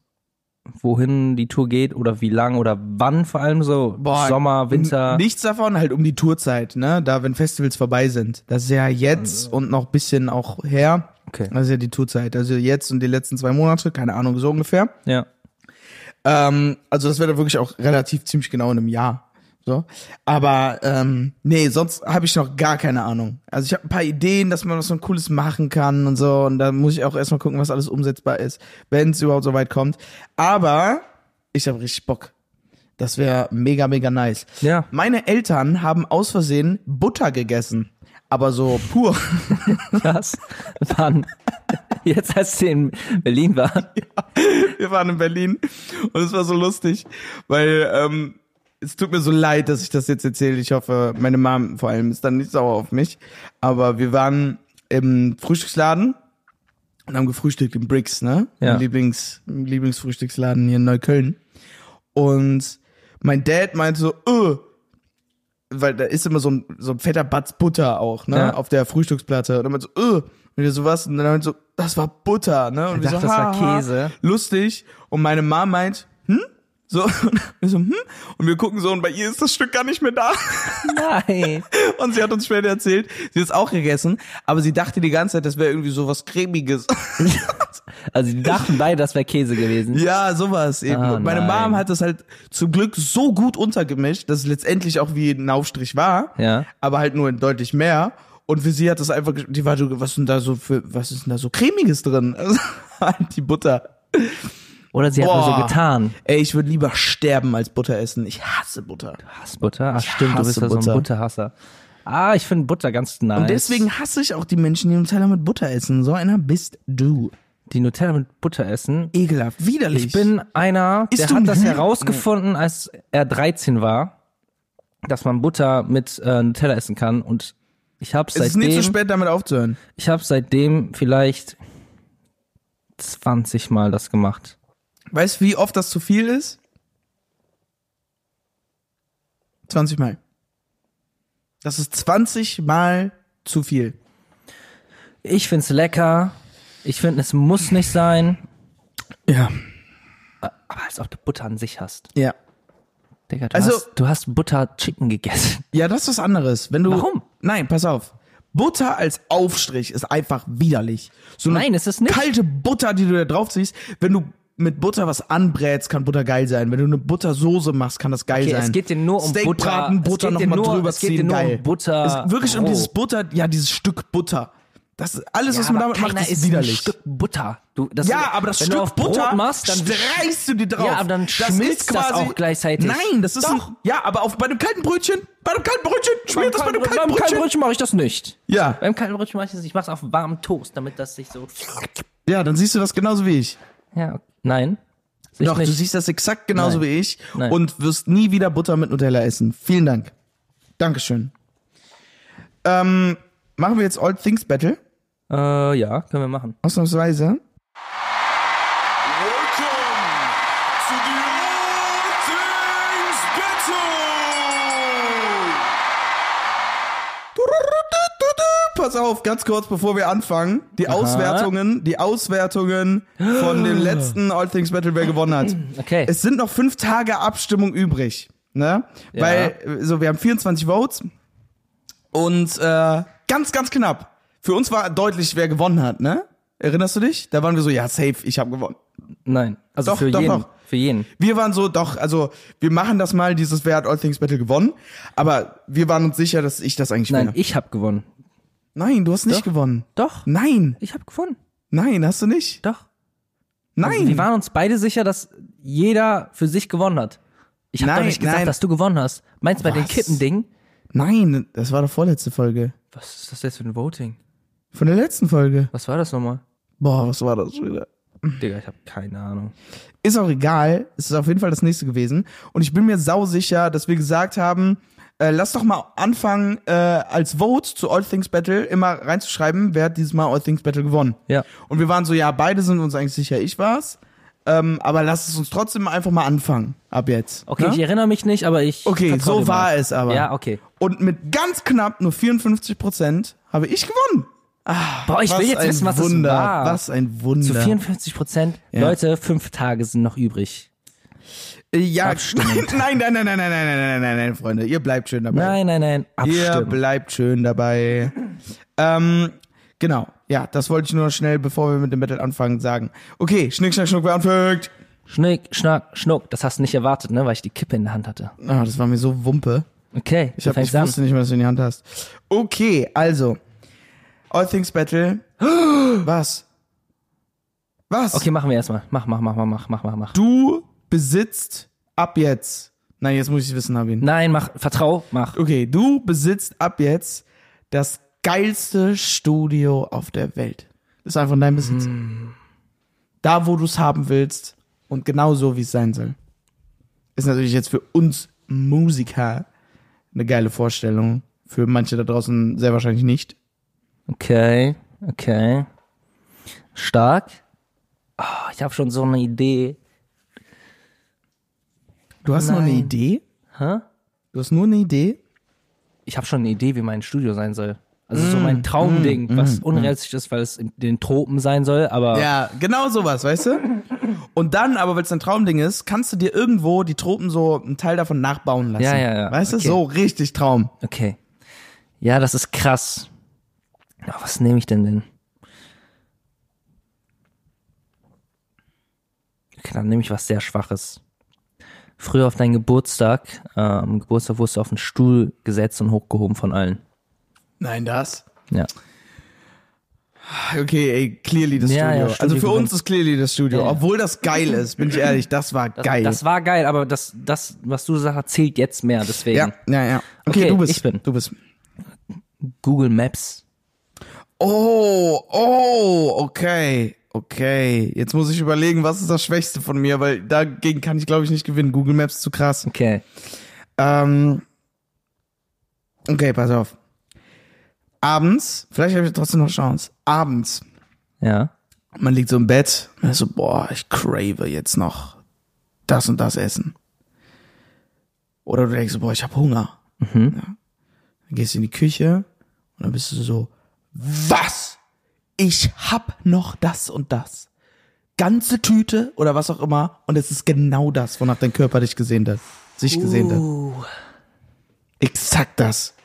S1: wohin die Tour geht oder wie lang oder wann vor allem so?
S2: Boah,
S1: Sommer, Winter?
S2: n- Nichts davon, halt um die Tourzeit, ne? Da, wenn Festivals vorbei sind. Das ist ja jetzt und noch ein bisschen auch her.
S1: Okay.
S2: Das ist ja die Tourzeit. Also jetzt und die letzten zwei Monate, keine Ahnung, so ungefähr.
S1: Ja.
S2: Ähm, also das wäre dann wirklich auch relativ ziemlich genau in einem Jahr. So. Aber ähm, nee, sonst habe ich noch gar keine Ahnung. Also ich habe ein paar Ideen, dass man was so ein cooles machen kann und so. Und da muss ich auch erstmal gucken, was alles umsetzbar ist, wenn es überhaupt so weit kommt. Aber ich habe richtig Bock. Das wäre mega, mega nice.
S1: Ja.
S2: Meine Eltern haben aus Versehen Butter gegessen. Aber so pur.
S1: Das waren jetzt, als sie in Berlin waren.
S2: wir waren in Berlin und es war so lustig, weil ähm, es tut mir so leid, dass ich das jetzt erzähle. Ich hoffe, meine Mom vor allem ist dann nicht sauer auf mich. Aber wir waren im Frühstücksladen und haben gefrühstückt im Bricks, ne?
S1: Ja.
S2: Im Lieblings, im Lieblingsfrühstücksladen hier in Neukölln. Und mein Dad meinte so, öh, weil da ist immer so ein, so ein fetter Batz Butter auch, ne?
S1: Ja.
S2: Auf der Frühstücksplatte. Und dann meinte so, öh. Und wir so was. Und dann haben wir so, das war Butter, ne? Und
S1: Ich dachte, das war
S2: "Haha,
S1: Käse."
S2: Lustig. Und meine Mom meint, hm? So, und wir so, hm? Und wir gucken so, und bei ihr ist das Stück gar nicht mehr da.
S1: Nein.
S2: Und sie hat uns später erzählt, sie hat es auch gegessen, aber sie dachte die ganze Zeit, das wäre irgendwie so was Cremiges.
S1: Also die dachten beide, das wäre Käse gewesen.
S2: ja, sowas eben.
S1: Ah,
S2: und meine
S1: nein.
S2: Mom hat das halt zum Glück so gut untergemischt, dass es letztendlich auch wie ein Aufstrich war,
S1: Ja.
S2: aber halt nur in deutlich mehr. Und für sie hat das einfach, gesch- die war so, was ist denn da so für, was ist denn da so Cremiges drin? Also, halt die Butter.
S1: Oder sie hat nur so
S2: Boah.
S1: getan.
S2: Ey, ich würde lieber sterben als Butter essen. Ich hasse Butter.
S1: Hassbutter? Ach stimmt, du
S2: hasse
S1: bist ja so ein
S2: Butter.
S1: Butterhasser. Ah, ich finde Butter ganz nice.
S2: Und deswegen hasse ich auch die Menschen, die Nutella mit Butter essen. So einer bist du.
S1: die Nutella mit Butter essen.
S2: Ekelhaft, widerlich.
S1: Ich bin einer, der
S2: Isst du
S1: hat das
S2: Nut-
S1: herausgefunden, als er 13 war, dass man Butter mit äh, Nutella essen kann und ich habe
S2: Es ist nicht zu
S1: seitdem
S2: spät, damit aufzuhören.
S1: ich habe seitdem vielleicht 20 mal das gemacht.
S2: Weißt du, wie oft das zu viel ist? 20 Mal. Das ist 20 Mal zu viel.
S1: Ich find's lecker. Ich find, es muss nicht sein,
S2: Ja.
S1: aber als ob du Butter an sich hast.
S2: Ja.
S1: Digga, du,
S2: Also-
S1: hast, du hast Butter Chicken gegessen.
S2: Ja, das ist was anderes. Wenn du.
S1: Warum?
S2: Nein, pass auf. Butter als Aufstrich ist einfach widerlich. So eine
S1: Nein, ist es nicht.
S2: Kalte Butter, die du da drauf ziehst, wenn du mit Butter was anbrätst, kann Butter geil sein. Wenn du eine Buttersoße machst, kann das geil
S1: Okay,
S2: sein.
S1: es geht dir nur um
S2: Steakbraten,
S1: Butter. Es
S2: Butter
S1: geht dir
S2: nochmal
S1: nur-
S2: drüber
S1: es geht dir
S2: ziehen,
S1: nur um
S2: geil.
S1: Butter Oh.
S2: Es, wirklich um
S1: roh.
S2: dieses Butter, ja, dieses Stück Butter. Das alles, was man
S1: aber
S2: damit macht,
S1: keiner
S2: ist,
S1: isst
S2: widerlich.
S1: Ein Stück Butter. Du, das
S2: Ja, aber das
S1: wenn
S2: Stück
S1: du auf
S2: Butter
S1: Brot machst, dann
S2: reißt du dir drauf.
S1: Ja, aber dann
S2: Das
S1: schmilzt
S2: ist
S1: das
S2: quasi-
S1: auch gleichzeitig.
S2: Nein, das ist
S1: Doch.
S2: ein, ja, aber auf bei einem kalten Brötchen, bei einem kalten Brötchen schmiert das bei einem
S1: Beim
S2: kalten Brötchen.
S1: mache ich das nicht.
S2: Ja,
S1: Beim kalten Brötchen mache ich das nicht. Ich mache es auf warmem Toast, damit das sich so.
S2: ja, dann siehst du das genauso wie ich.
S1: Ja, nein. Sehe ich
S2: Doch, du
S1: nicht.
S2: siehst das exakt genauso
S1: Nein.
S2: wie ich
S1: Nein.
S2: und wirst nie wieder Butter mit Nutella essen. Vielen Dank. Dankeschön. Ähm, machen wir jetzt All Things Battle,
S1: Äh, ja, können wir machen.
S2: ausnahmsweise.
S4: Welcome to the All Things Battle!
S2: Pass auf, ganz kurz, bevor wir anfangen. Die Auswertungen, die Auswertungen von dem letzten All Things Battle, wer gewonnen hat.
S1: Okay.
S2: Es sind noch fünf Tage Abstimmung übrig. Ne?
S1: Ja.
S2: Weil, äh, so, wir haben 24 Votes und äh, ganz, ganz knapp. Für uns war deutlich, wer gewonnen hat, ne? Erinnerst du dich? Da waren wir so, ja, safe, ich habe gewonnen.
S1: nein. Also
S2: Doch,
S1: für
S2: doch,
S1: jeden.
S2: doch.
S1: Für jeden.
S2: Wir waren so, doch, also wir machen das mal, dieses Wer hat All Things Battle gewonnen. Aber wir waren uns sicher, dass ich das eigentlich
S1: Nein,
S2: wäre.
S1: ich habe gewonnen.
S2: Nein, du hast nicht gewonnen.
S1: Doch.
S2: Nein,
S1: Ich habe gewonnen.
S2: nein, hast du nicht.
S1: Doch.
S2: Nein.
S1: Wir waren uns beide sicher, dass jeder für sich gewonnen hat. Ich habe
S2: Nein,
S1: doch nicht gesagt,
S2: nein.
S1: dass du gewonnen hast. Meinst du bei dem
S2: Was?
S1: Kippending?
S2: Nein, das war die vorletzte Folge.
S1: Was ist das jetzt für ein Voting?
S2: Von der letzten Folge.
S1: Was war das nochmal?
S2: Boah, was war das wieder?
S1: Digga, ich habe keine Ahnung.
S2: Ist auch egal. Es ist auf jeden Fall das nächste gewesen. Und ich bin mir sausicher, dass wir gesagt haben, äh, lass doch mal anfangen, äh, als Vote zu All Things Battle immer reinzuschreiben, wer hat dieses Mal All Things Battle gewonnen.
S1: Ja.
S2: Und wir waren so, ja, beide sind uns eigentlich sicher, ich war's. Ähm, aber lass es uns trotzdem einfach mal anfangen, ab jetzt.
S1: Okay,
S2: Ne?
S1: ich erinnere mich nicht, aber ich.
S2: Okay,
S1: vertrau
S2: so
S1: dir
S2: war
S1: mal.
S2: es aber.
S1: Ja, okay.
S2: Und mit ganz knapp nur 54 Prozent habe ich gewonnen.
S1: Boah, ich will jetzt
S2: ein
S1: wissen, was
S2: Wunder,
S1: das war.
S2: Was ein Wunder.
S1: Zu 54 Prozent.
S2: Ja.
S1: Leute, fünf Tage sind noch übrig.
S2: Äh, ja,
S1: Abstimmung.
S2: nein, nein, nein, nein, nein, nein, nein, nein, nein, nein, Freunde, ihr bleibt schön dabei.
S1: Nein, nein, nein.
S2: Ihr
S1: Abstimmen.
S2: bleibt schön dabei. ähm, genau. Ja, das wollte ich nur noch schnell, bevor wir mit dem Battle anfangen, sagen. Okay, Schnick, Schnack, Schnuck, wer anfängt?
S1: Schnick, schnack, schnuck. Das hast du nicht erwartet, ne? Weil ich die Kippe in der Hand hatte.
S2: Ah, das war mir so Wumpe.
S1: Okay,
S2: Ich, hab, ich wusste nicht mehr, dass du in die Hand hast. Okay, also. All Things Battle. Was? Was?
S1: Okay, machen wir erstmal. Mach, mach, mach, mach, mach, mach, mach, mach.
S2: Du besitzt ab jetzt. Nein, jetzt muss ich wissen, Nabin.
S1: Nein, mach, vertrau, mach.
S2: Okay, du besitzt ab jetzt das geilste Studio auf der Welt. Ist einfach in deinem Besitz.
S1: Hm.
S2: Da, wo du es haben willst und genau so, wie es sein soll. Ist natürlich jetzt für uns Musiker eine geile Vorstellung. Für manche da draußen sehr wahrscheinlich nicht.
S1: Okay, okay. Stark. Ah, ich habe schon so eine Idee.
S2: Du hast nur eine
S1: Nein.
S2: Idee?
S1: Hä?
S2: Du hast nur eine Idee?
S1: Ich habe schon eine Idee, wie mein Studio sein soll. Also
S2: Mm.
S1: so mein Traumding, was unrealistisch ist, weil es in den Tropen sein soll, aber
S2: Ja, genau sowas, weißt du? Und dann, aber weil es ein Traumding ist, kannst du dir irgendwo die Tropen so einen Teil davon nachbauen lassen.
S1: Ja, ja, ja,
S2: Weißt
S1: okay.
S2: du, so richtig Traum.
S1: okay. Ja, das ist krass. Ah, was nehme ich denn denn? Okay, dann nehme ich was sehr Schwaches. Früher auf deinen Geburtstag, äh, am Geburtstag wurdest du auf den Stuhl gesetzt und hochgehoben von allen.
S2: Nein, das.
S1: Ja.
S2: Okay, ey, clearly das
S1: Ja,
S2: Studio.
S1: ja, Studio
S2: also für
S1: gewonnen.
S2: uns ist clearly das Studio.
S1: Ja, ja.
S2: Obwohl das geil ist, bin ich ehrlich, das war geil.
S1: Das war geil, aber das, das, was du sagst, zählt jetzt mehr. Deswegen
S2: ja, ja, ja. Okay,
S1: Okay,
S2: du bist.
S1: ich bin.
S2: Du bist.
S1: Google Maps.
S2: Oh, oh, okay. Okay, jetzt muss ich überlegen, was ist das Schwächste von mir, weil dagegen kann ich, glaube ich, nicht gewinnen. Google Maps ist zu krass.
S1: Okay.
S2: Ähm, okay, pass auf. Abends, vielleicht habe ich trotzdem noch Chance. Abends,
S1: Ja.
S2: man liegt so im Bett, man ist so, boah, ich crave jetzt noch das und das Essen. Oder du denkst so, boah, ich habe Hunger. Ja. Dann gehst du in die Küche und dann bist du so, was? Ich hab noch das und das. Ganze Tüte oder was auch immer. Und es ist genau das, wonach dein Körper dich gesehnt hat. Sich gesehnt hat. Exakt das.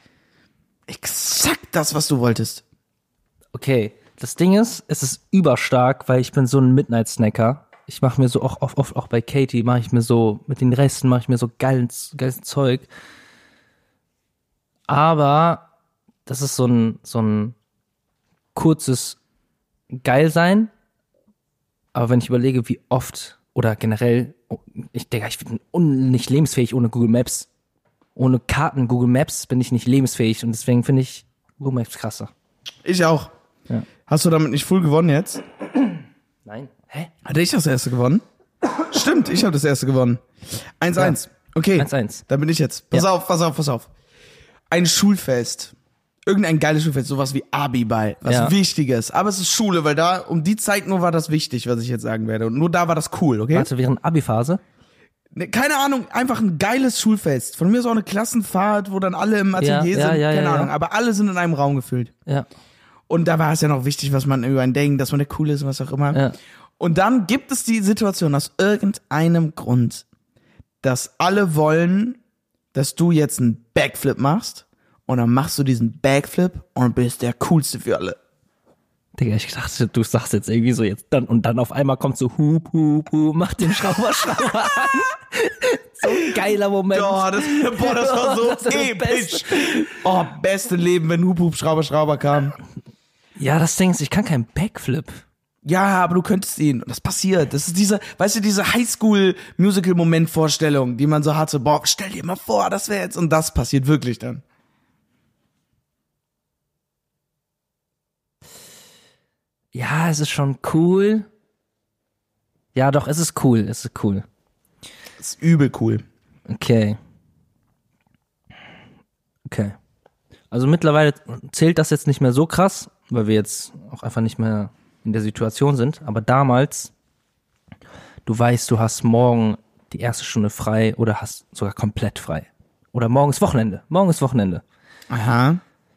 S2: Exakt das, was du wolltest.
S1: Okay. Das Ding ist, es ist überstark, weil ich bin so ein Midnight-Snacker. Ich mache mir so auch oft, oft auch bei Katie mache ich mir so mit den Resten mache ich mir so geiles, geiles Zeug. Aber das ist so ein so ein kurzes Geilsein. Aber wenn ich überlege, wie oft oder generell, oh, ich denke, ich bin un nicht lebensfähig ohne Google Maps. Ohne Karten Google Maps bin ich nicht lebensfähig und deswegen finde ich Google Maps krasser.
S2: Ich auch.
S1: Ja.
S2: Hast du damit nicht full gewonnen jetzt?
S1: Nein. Hä?
S2: Hatte ich das erste gewonnen? Stimmt, ich habe das erste gewonnen. 1-1. Okay.
S1: 1-1.
S2: Dann bin ich jetzt. Pass
S1: Ja.
S2: auf, pass auf, pass auf. Ein Schulfest. Irgendein geiles Schulfest, sowas wie Abiball, was
S1: Ja.
S2: Wichtiges. Aber es ist Schule, weil da, um die Zeit nur war das wichtig, was ich jetzt sagen werde. Und nur da war das cool, okay?
S1: Warte, während Abi-Phase?
S2: Ne, keine Ahnung, einfach ein geiles Schulfest. Von mir ist auch eine Klassenfahrt, wo dann alle im Atelier
S1: Ja,
S2: sind,
S1: ja, ja,
S2: keine
S1: ja, ja.
S2: Ahnung, aber alle sind in einem Raum gefüllt.
S1: Ja.
S2: Und da war es ja noch wichtig, was man über einen denkt, dass man der Coole ist und was auch immer.
S1: Ja.
S2: Und dann gibt es die Situation aus irgendeinem Grund, dass alle wollen, dass du jetzt einen Backflip machst und dann machst du diesen Backflip und bist der Coolste für alle.
S1: Digga, ich dachte, du sagst jetzt irgendwie so jetzt dann und dann auf einmal kommt so Hup, Hup, Hup, mach den Schrauberschrauber an. so ein geiler Moment.
S2: Boah, das, boah, das war so
S1: Das war das
S2: episch. Oh, beste Leben, wenn Hup Hup Schrauber Schrauber kam.
S1: Ja, das Ding ist, ich kann keinen Backflip.
S2: Ja, aber du könntest ihn. Und das passiert. Das ist diese, weißt du, diese Highschool-Musical-Moment-Vorstellung, die man so hatte. Boah, stell dir mal vor, das wäre jetzt. Und das passiert wirklich dann.
S1: Ja, es ist schon cool. Ja, doch, es ist cool, es ist cool.
S2: Das ist übel cool.
S1: Okay. Okay. Also mittlerweile zählt das jetzt nicht mehr so krass, weil wir jetzt auch einfach nicht mehr in der Situation sind. Aber damals, du weißt, du hast morgen die erste Stunde frei oder hast sogar komplett frei. Oder morgen ist Wochenende. Morgen ist Wochenende.
S2: Aha.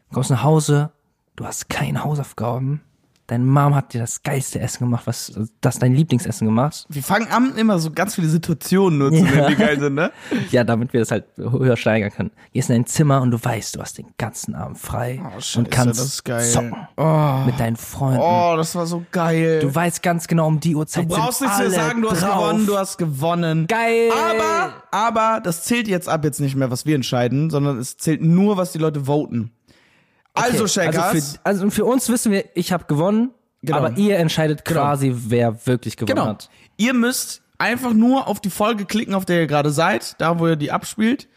S1: Du kommst nach Hause, du hast keine Hausaufgaben. Deine Mom hat dir das geilste Essen gemacht, was also das ist dein Lieblingsessen gemacht.
S2: Wir fangen an, immer so ganz viele Situationen nur zu
S1: Ja.
S2: nehmen, die geil sind, ne?
S1: Ja, damit wir das halt höher steigern können. Gehst in dein Zimmer und du weißt, du hast den ganzen Abend frei
S2: Oh, scheiße,
S1: und kannst
S2: das ist geil.
S1: zocken
S2: Oh.
S1: mit deinen Freunden.
S2: Oh, das war so geil.
S1: Du weißt ganz genau um die Uhrzeit.
S2: Du brauchst
S1: sind
S2: nichts
S1: alle
S2: zu sagen, du hast
S1: drauf.
S2: gewonnen, du hast gewonnen.
S1: Geil.
S2: Aber, aber das zählt jetzt ab jetzt nicht mehr, was wir entscheiden, sondern es zählt nur, was die Leute voten. Also,
S1: Okay,
S2: Shakers,
S1: Also für, also für uns wissen wir, ich habe gewonnen,
S2: Genau.
S1: aber ihr entscheidet
S2: Genau.
S1: quasi, wer wirklich gewonnen
S2: genau.
S1: hat.
S2: Ihr müsst einfach nur auf die Folge klicken, auf der ihr gerade seid, da wo ihr die abspielt.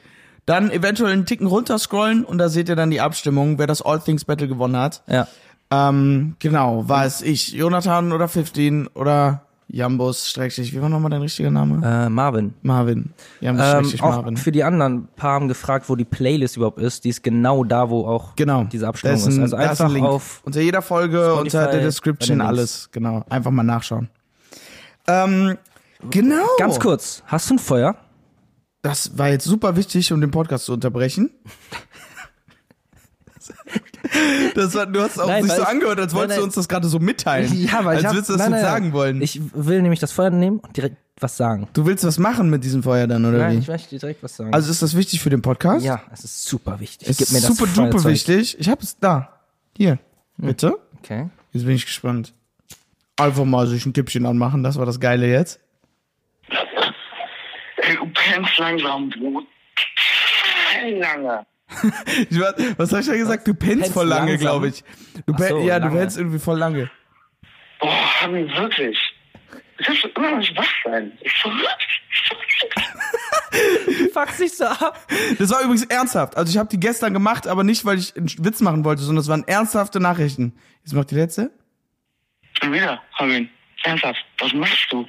S2: Dann eventuell einen Ticken runterscrollen und da seht ihr dann die Abstimmung, wer das All Things Battle gewonnen hat.
S1: Ja.
S2: Ähm, genau, war es ich, Jonathan oder 15 oder Jambus, schrägstrich, wie war nochmal dein richtiger Name?
S1: Äh, Marvin.
S2: Marvin. Jambus,
S1: Ähm,
S2: schrägstrich,
S1: auch
S2: Marvin.
S1: für die anderen paar haben gefragt, wo die Playlist überhaupt ist. Die ist genau da, wo auch
S2: Genau.
S1: diese
S2: Da
S1: Abstimmung ist. Also
S2: da
S1: einfach
S2: Link.
S1: auf.
S2: unter jeder Folge, unter
S1: bei
S2: der
S1: den
S2: Description,
S1: Links.
S2: alles. Genau. Einfach mal nachschauen. Ähm, genau.
S1: Ganz kurz, hast du ein Feuer?
S2: Das war jetzt super wichtig, um den Podcast zu unterbrechen. Das war, du hast auch
S1: Nein,
S2: sich
S1: weil
S2: so
S1: ich-
S2: angehört, als
S1: nein,
S2: wolltest du
S1: nein.
S2: uns das gerade so mitteilen. als
S1: hab-
S2: würdest du
S1: nein,
S2: das uns
S1: nein, nein.
S2: sagen wollen.
S1: Ich will nämlich das Feuer nehmen und direkt was sagen.
S2: du willst was machen mit diesem Feuer dann, oder
S1: Nein,
S2: wie?
S1: ich möchte direkt was sagen.
S2: Also ist das wichtig für den Podcast?
S1: ja, es ist super wichtig.
S2: Es
S1: Gib mir
S2: ist
S1: das Hm.
S2: super duper
S1: Feuerzeug.
S2: wichtig. Ich hab's da. Hier. Bitte.
S1: Okay.
S2: Jetzt bin ich gespannt. Einfach mal sich ein Kippchen anmachen, das war das Geile jetzt.
S5: Du pennst langsam, Brut. Lange.
S2: Ich war, was hab ich da gesagt? Du pennst
S1: Pennst
S2: voll lange,
S1: langsam?
S2: glaube ich. Du pen,
S1: so,
S2: ja, du
S1: lange.
S2: pennst irgendwie voll lange.
S5: Boah, Hanni, wirklich. Du kannst immer noch nicht wach sein. Ich
S1: Fuck dich so ab.
S2: Das war übrigens ernsthaft. Also ich habe die gestern gemacht, aber nicht, weil ich einen Witz machen wollte, sondern es waren ernsthafte Nachrichten. Jetzt macht die letzte.
S5: bin wieder, Robin. Ernsthaft, was machst du?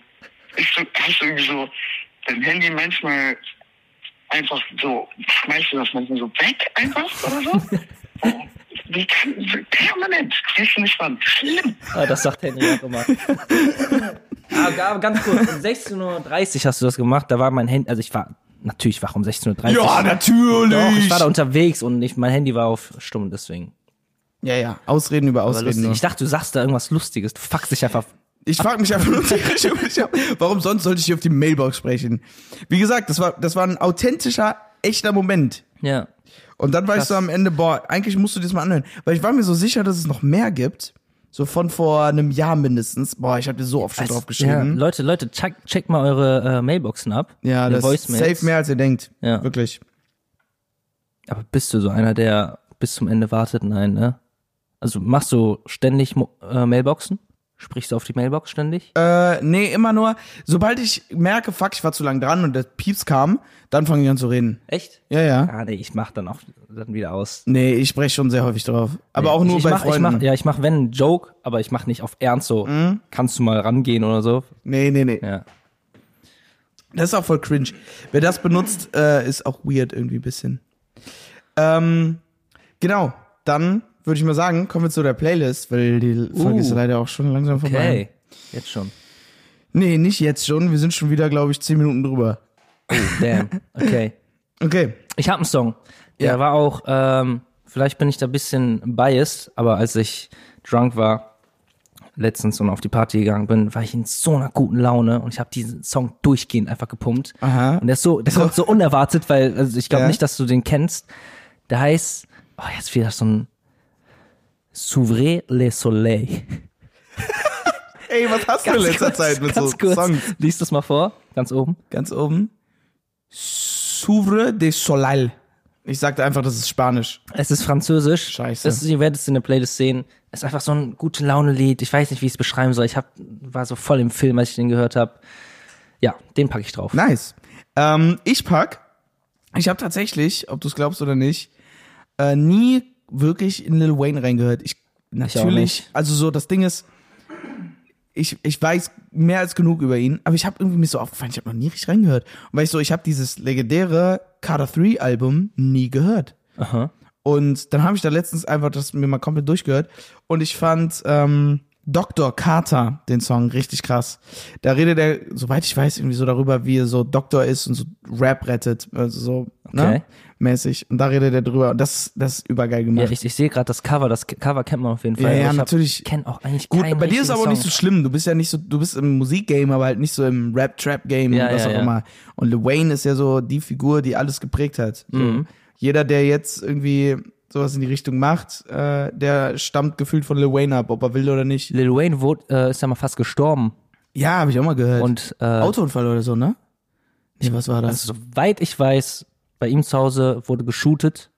S5: Ist du hast du irgendwie so dein Handy manchmal einfach so, schmeißt du das manchmal so weg einfach oder so? Wie kann, permanent, kriegst du nicht wann. Schlimm.
S1: Ah, das sagt Henry auch immer. aber, aber ganz kurz, um 16.30 Uhr hast du das gemacht, da war mein Handy, also ich war natürlich wach um 16.30 Uhr.
S2: natürlich.
S1: Doch, ich war da unterwegs und ich, mein Handy war auf stumm, deswegen.
S2: ja, ja, Ausreden über
S1: War
S2: Ausreden.
S1: lustig.
S2: Nur.
S1: Ich dachte, du sagst da irgendwas Lustiges. Du fuckst dich einfach.
S2: Ich frage mich einfach nur, tierisch, ob ich hab- warum sonst sollte ich hier auf die Mailbox sprechen? Wie gesagt, das war, das war ein authentischer, echter Moment.
S1: Ja.
S2: Und dann war ich so am Ende, boah, eigentlich musst du dir das mal anhören. Weil ich war mir so sicher, dass es noch mehr gibt. So von vor einem Jahr mindestens. Boah, ich habe dir so oft schon drauf geschrieben.
S1: Leute, Leute, check, check mal eure äh, Mailboxen ab.
S2: Ja,
S1: Eure
S2: das ist
S1: Voicemails.
S2: safe mehr als ihr denkt.
S1: Ja.
S2: Wirklich.
S1: Aber bist du so einer, der bis zum Ende wartet? Nein, ne? Also machst du ständig Mo- äh, Mailboxen? Sprichst du auf die Mailbox ständig?
S2: Äh, nee, immer nur, sobald ich merke, fuck, ich war zu lang dran und der Pieps kam, dann fange ich an zu reden.
S1: Echt?
S2: Ja, ja.
S1: Ah, nee, ich mach dann auch dann wieder aus. Also
S2: Nee, ich spreche schon sehr häufig drauf. Aber auch
S1: ich,
S2: nur
S1: ich
S2: bei
S1: mach,
S2: Freunden. Mhm.
S1: Ich mach, ja, ich mach, wenn, einen Joke, aber ich mach nicht auf Ernst so, kannst du mal rangehen oder so.
S2: Nee, nee, nee.
S1: Ja.
S2: Das ist auch voll cringe. Wer das benutzt, äh, ist auch weird irgendwie ein bisschen. Ähm, genau, dann würde ich mal sagen, kommen wir zu der Playlist, weil die
S1: Uh.
S2: Folge ist leider auch schon langsam vorbei.
S1: Okay, jetzt schon.
S2: Nee, nicht jetzt schon. Wir sind schon wieder, glaube ich, zehn Minuten drüber.
S1: Damn, okay.
S2: Okay.
S1: Ich habe einen Song. Der
S2: Ja.
S1: war auch, ähm, vielleicht bin ich da ein bisschen biased, aber als ich drunk war letztens und auf die Party gegangen bin, war ich in so einer guten Laune und ich habe diesen Song durchgehend einfach gepumpt.
S2: Aha.
S1: Und der ist so, der kommt so unerwartet, weil also ich glaube
S2: Ja.
S1: nicht, dass du den kennst. Der heißt, oh, jetzt wieder so ein S'ouvrez le soleil.
S2: Ey, was hast du in letzter
S1: kurz,
S2: Zeit mit
S1: ganz
S2: so
S1: kurz.
S2: Songs?
S1: Lies das mal vor, ganz oben.
S2: Ganz oben. Souvre de Solal. Ich sagte einfach, das ist Spanisch.
S1: Es ist französisch.
S2: Scheiße.
S1: Das ist, ihr werdet es in der Playlist sehen. Es ist einfach so ein gute Laune-Lied. Ich weiß nicht, wie ich es beschreiben soll. Ich hab, war so voll im Film, als ich den gehört habe. Ja, den packe ich drauf.
S2: Nice. Ähm, ich pack. Ich habe tatsächlich, ob du es glaubst oder nicht, äh, nie wirklich in Lil Wayne reingehört. Ich
S1: auch
S2: natürlich,
S1: nicht.
S2: also so das Ding ist, ich, ich weiß mehr als genug über ihn, aber ich habe irgendwie mir so aufgefallen, ich habe noch nie richtig reingehört. Und weil ich so, ich habe dieses legendäre Carter 3 Album nie gehört.
S1: Aha.
S2: Und dann habe ich da letztens einfach das mir mal komplett durchgehört. Und ich fand ähm, Dr. Carter, den Song, richtig krass. Da redet er, soweit ich weiß, irgendwie so darüber, wie er so Doktor ist und so Rap rettet. Also so
S1: Okay.
S2: ne? Mäßig. Und da redet er drüber. Und das, das ist übergeil
S1: Ja,
S2: gemacht.
S1: ich, ich sehe gerade das Cover. Das K- Cover kennt man auf jeden Fall.
S2: Ja,
S1: aber
S2: ja,
S1: ich
S2: natürlich.
S1: kenne auch eigentlich
S2: Gut,
S1: keinen
S2: bei dir ist
S1: richtigen
S2: aber nicht so
S1: Song.
S2: schlimm. Du bist ja nicht so, du bist im Musikgame, aber halt nicht so im Rap-Trap-Game
S1: Ja,
S2: und was
S1: ja,
S2: auch
S1: ja.
S2: immer. Und Lil Wayne ist ja so die Figur, die alles geprägt hat. So.
S1: Mhm.
S2: Jeder, der jetzt irgendwie sowas in die Richtung macht, äh, der stammt gefühlt von Lil Wayne ab, ob er will oder nicht.
S1: Lil Wayne wurde, äh, ist ja mal fast gestorben.
S2: Ja, habe ich auch mal gehört.
S1: Und äh,
S2: Autounfall oder so, ne? Nee, was war das?
S1: also, soweit ich weiß, bei ihm zu Hause wurde geshootet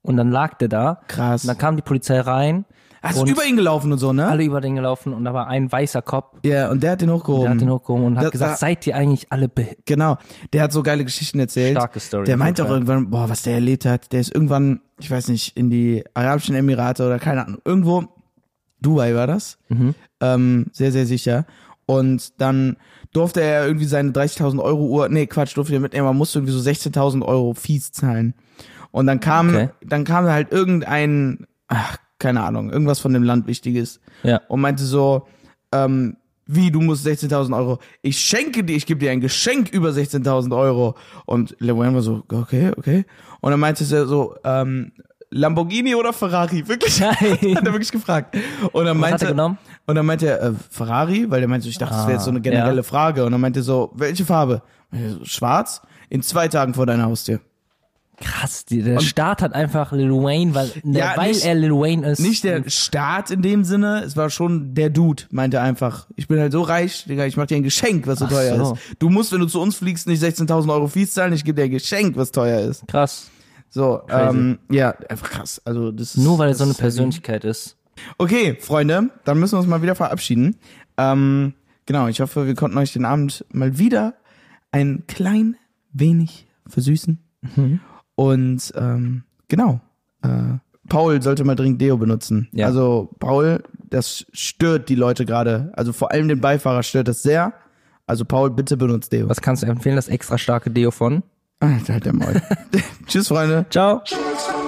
S1: und dann lag der da.
S2: Krass.
S1: Und dann kam die Polizei rein,
S2: Hast du
S1: und-
S2: über ihn gelaufen und so, ne?
S1: alle über den gelaufen und da war ein weißer Kopf,
S2: Ja, und der hat den hochgehoben.
S1: der hat den hochgehoben und hat
S2: Da-
S1: gesagt,
S2: da-
S1: seid ihr eigentlich alle be
S2: Genau, der hat so geile Geschichten erzählt.
S1: Starke Story,
S2: Der
S1: auf
S2: meint
S1: jeden
S2: auch
S1: Fall.
S2: irgendwann, boah, was der erlebt hat. Der ist irgendwann, ich weiß nicht, in die Arabischen Emirate oder keine Ahnung, irgendwo, Dubai war das,
S1: Mhm.
S2: ähm, sehr, sehr sicher. Und dann durfte er irgendwie seine 30.000 Euro Uhr, nee, Quatsch, durfte er mitnehmen, man musste irgendwie so 16.000 Euro Fees zahlen. Und dann kam,
S1: Okay.
S2: dann kam halt irgendein, ach, keine Ahnung, irgendwas von dem Land Wichtiges
S1: Ja.
S2: und meinte so, ähm, wie, du musst 16.000 Euro. Ich schenke dir, ich gebe dir ein Geschenk über 16.000 Euro. Und Lil Wayne war so, okay, okay. Und dann meinte er so, ähm, Lamborghini oder Ferrari? Wirklich? Hat
S1: Nein.
S2: er wirklich gefragt. Und dann
S1: Was
S2: meinte
S1: hat er genommen? Ah,
S2: Und dann meinte er, äh, Ferrari, weil er meinte, so, ich dachte, das wäre jetzt so eine generelle
S1: ja.
S2: Frage. Und dann meinte er so, welche Farbe? Und er so, Schwarz? In zwei Tagen vor deiner Haustür.
S1: Krass, die, der Staat hat einfach Lil Wayne, weil, ne,
S2: Ja,
S1: weil
S2: nicht-
S1: er Lil Wayne ist.
S2: Nicht der Staat in dem Sinne, es war schon der Dude, meinte er einfach. Ich bin halt so reich, Digga, ich mach dir ein Geschenk, was so
S1: Ach
S2: teuer
S1: so.
S2: ist. Du musst, wenn du zu uns fliegst, nicht 16.000 Euro Fees zahlen, ich gebe dir ein Geschenk, was teuer ist.
S1: Krass.
S2: So,
S1: Crazy.
S2: ähm, ja, einfach krass. Also, das ist,
S1: Nur weil er so
S2: das
S1: eine
S2: ist heavy.
S1: Persönlichkeit ist.
S2: Okay, Freunde, dann müssen wir uns mal wieder verabschieden. Ähm, genau, ich hoffe, wir konnten euch den Abend mal wieder ein klein wenig versüßen.
S1: Mhm.
S2: Und ähm, genau, äh, Paul sollte mal dringend Deo benutzen.
S1: Ja.
S2: Also Paul, das stört die Leute gerade. Also vor allem den Beifahrer stört das sehr. Also Paul, bitte benutzt Deo. Ah,
S1: Was kannst du empfehlen? Das extra starke Deo von?
S2: Alter, halt der Maul. Tschüss, Freunde.
S1: Ciao.
S5: Tschüss.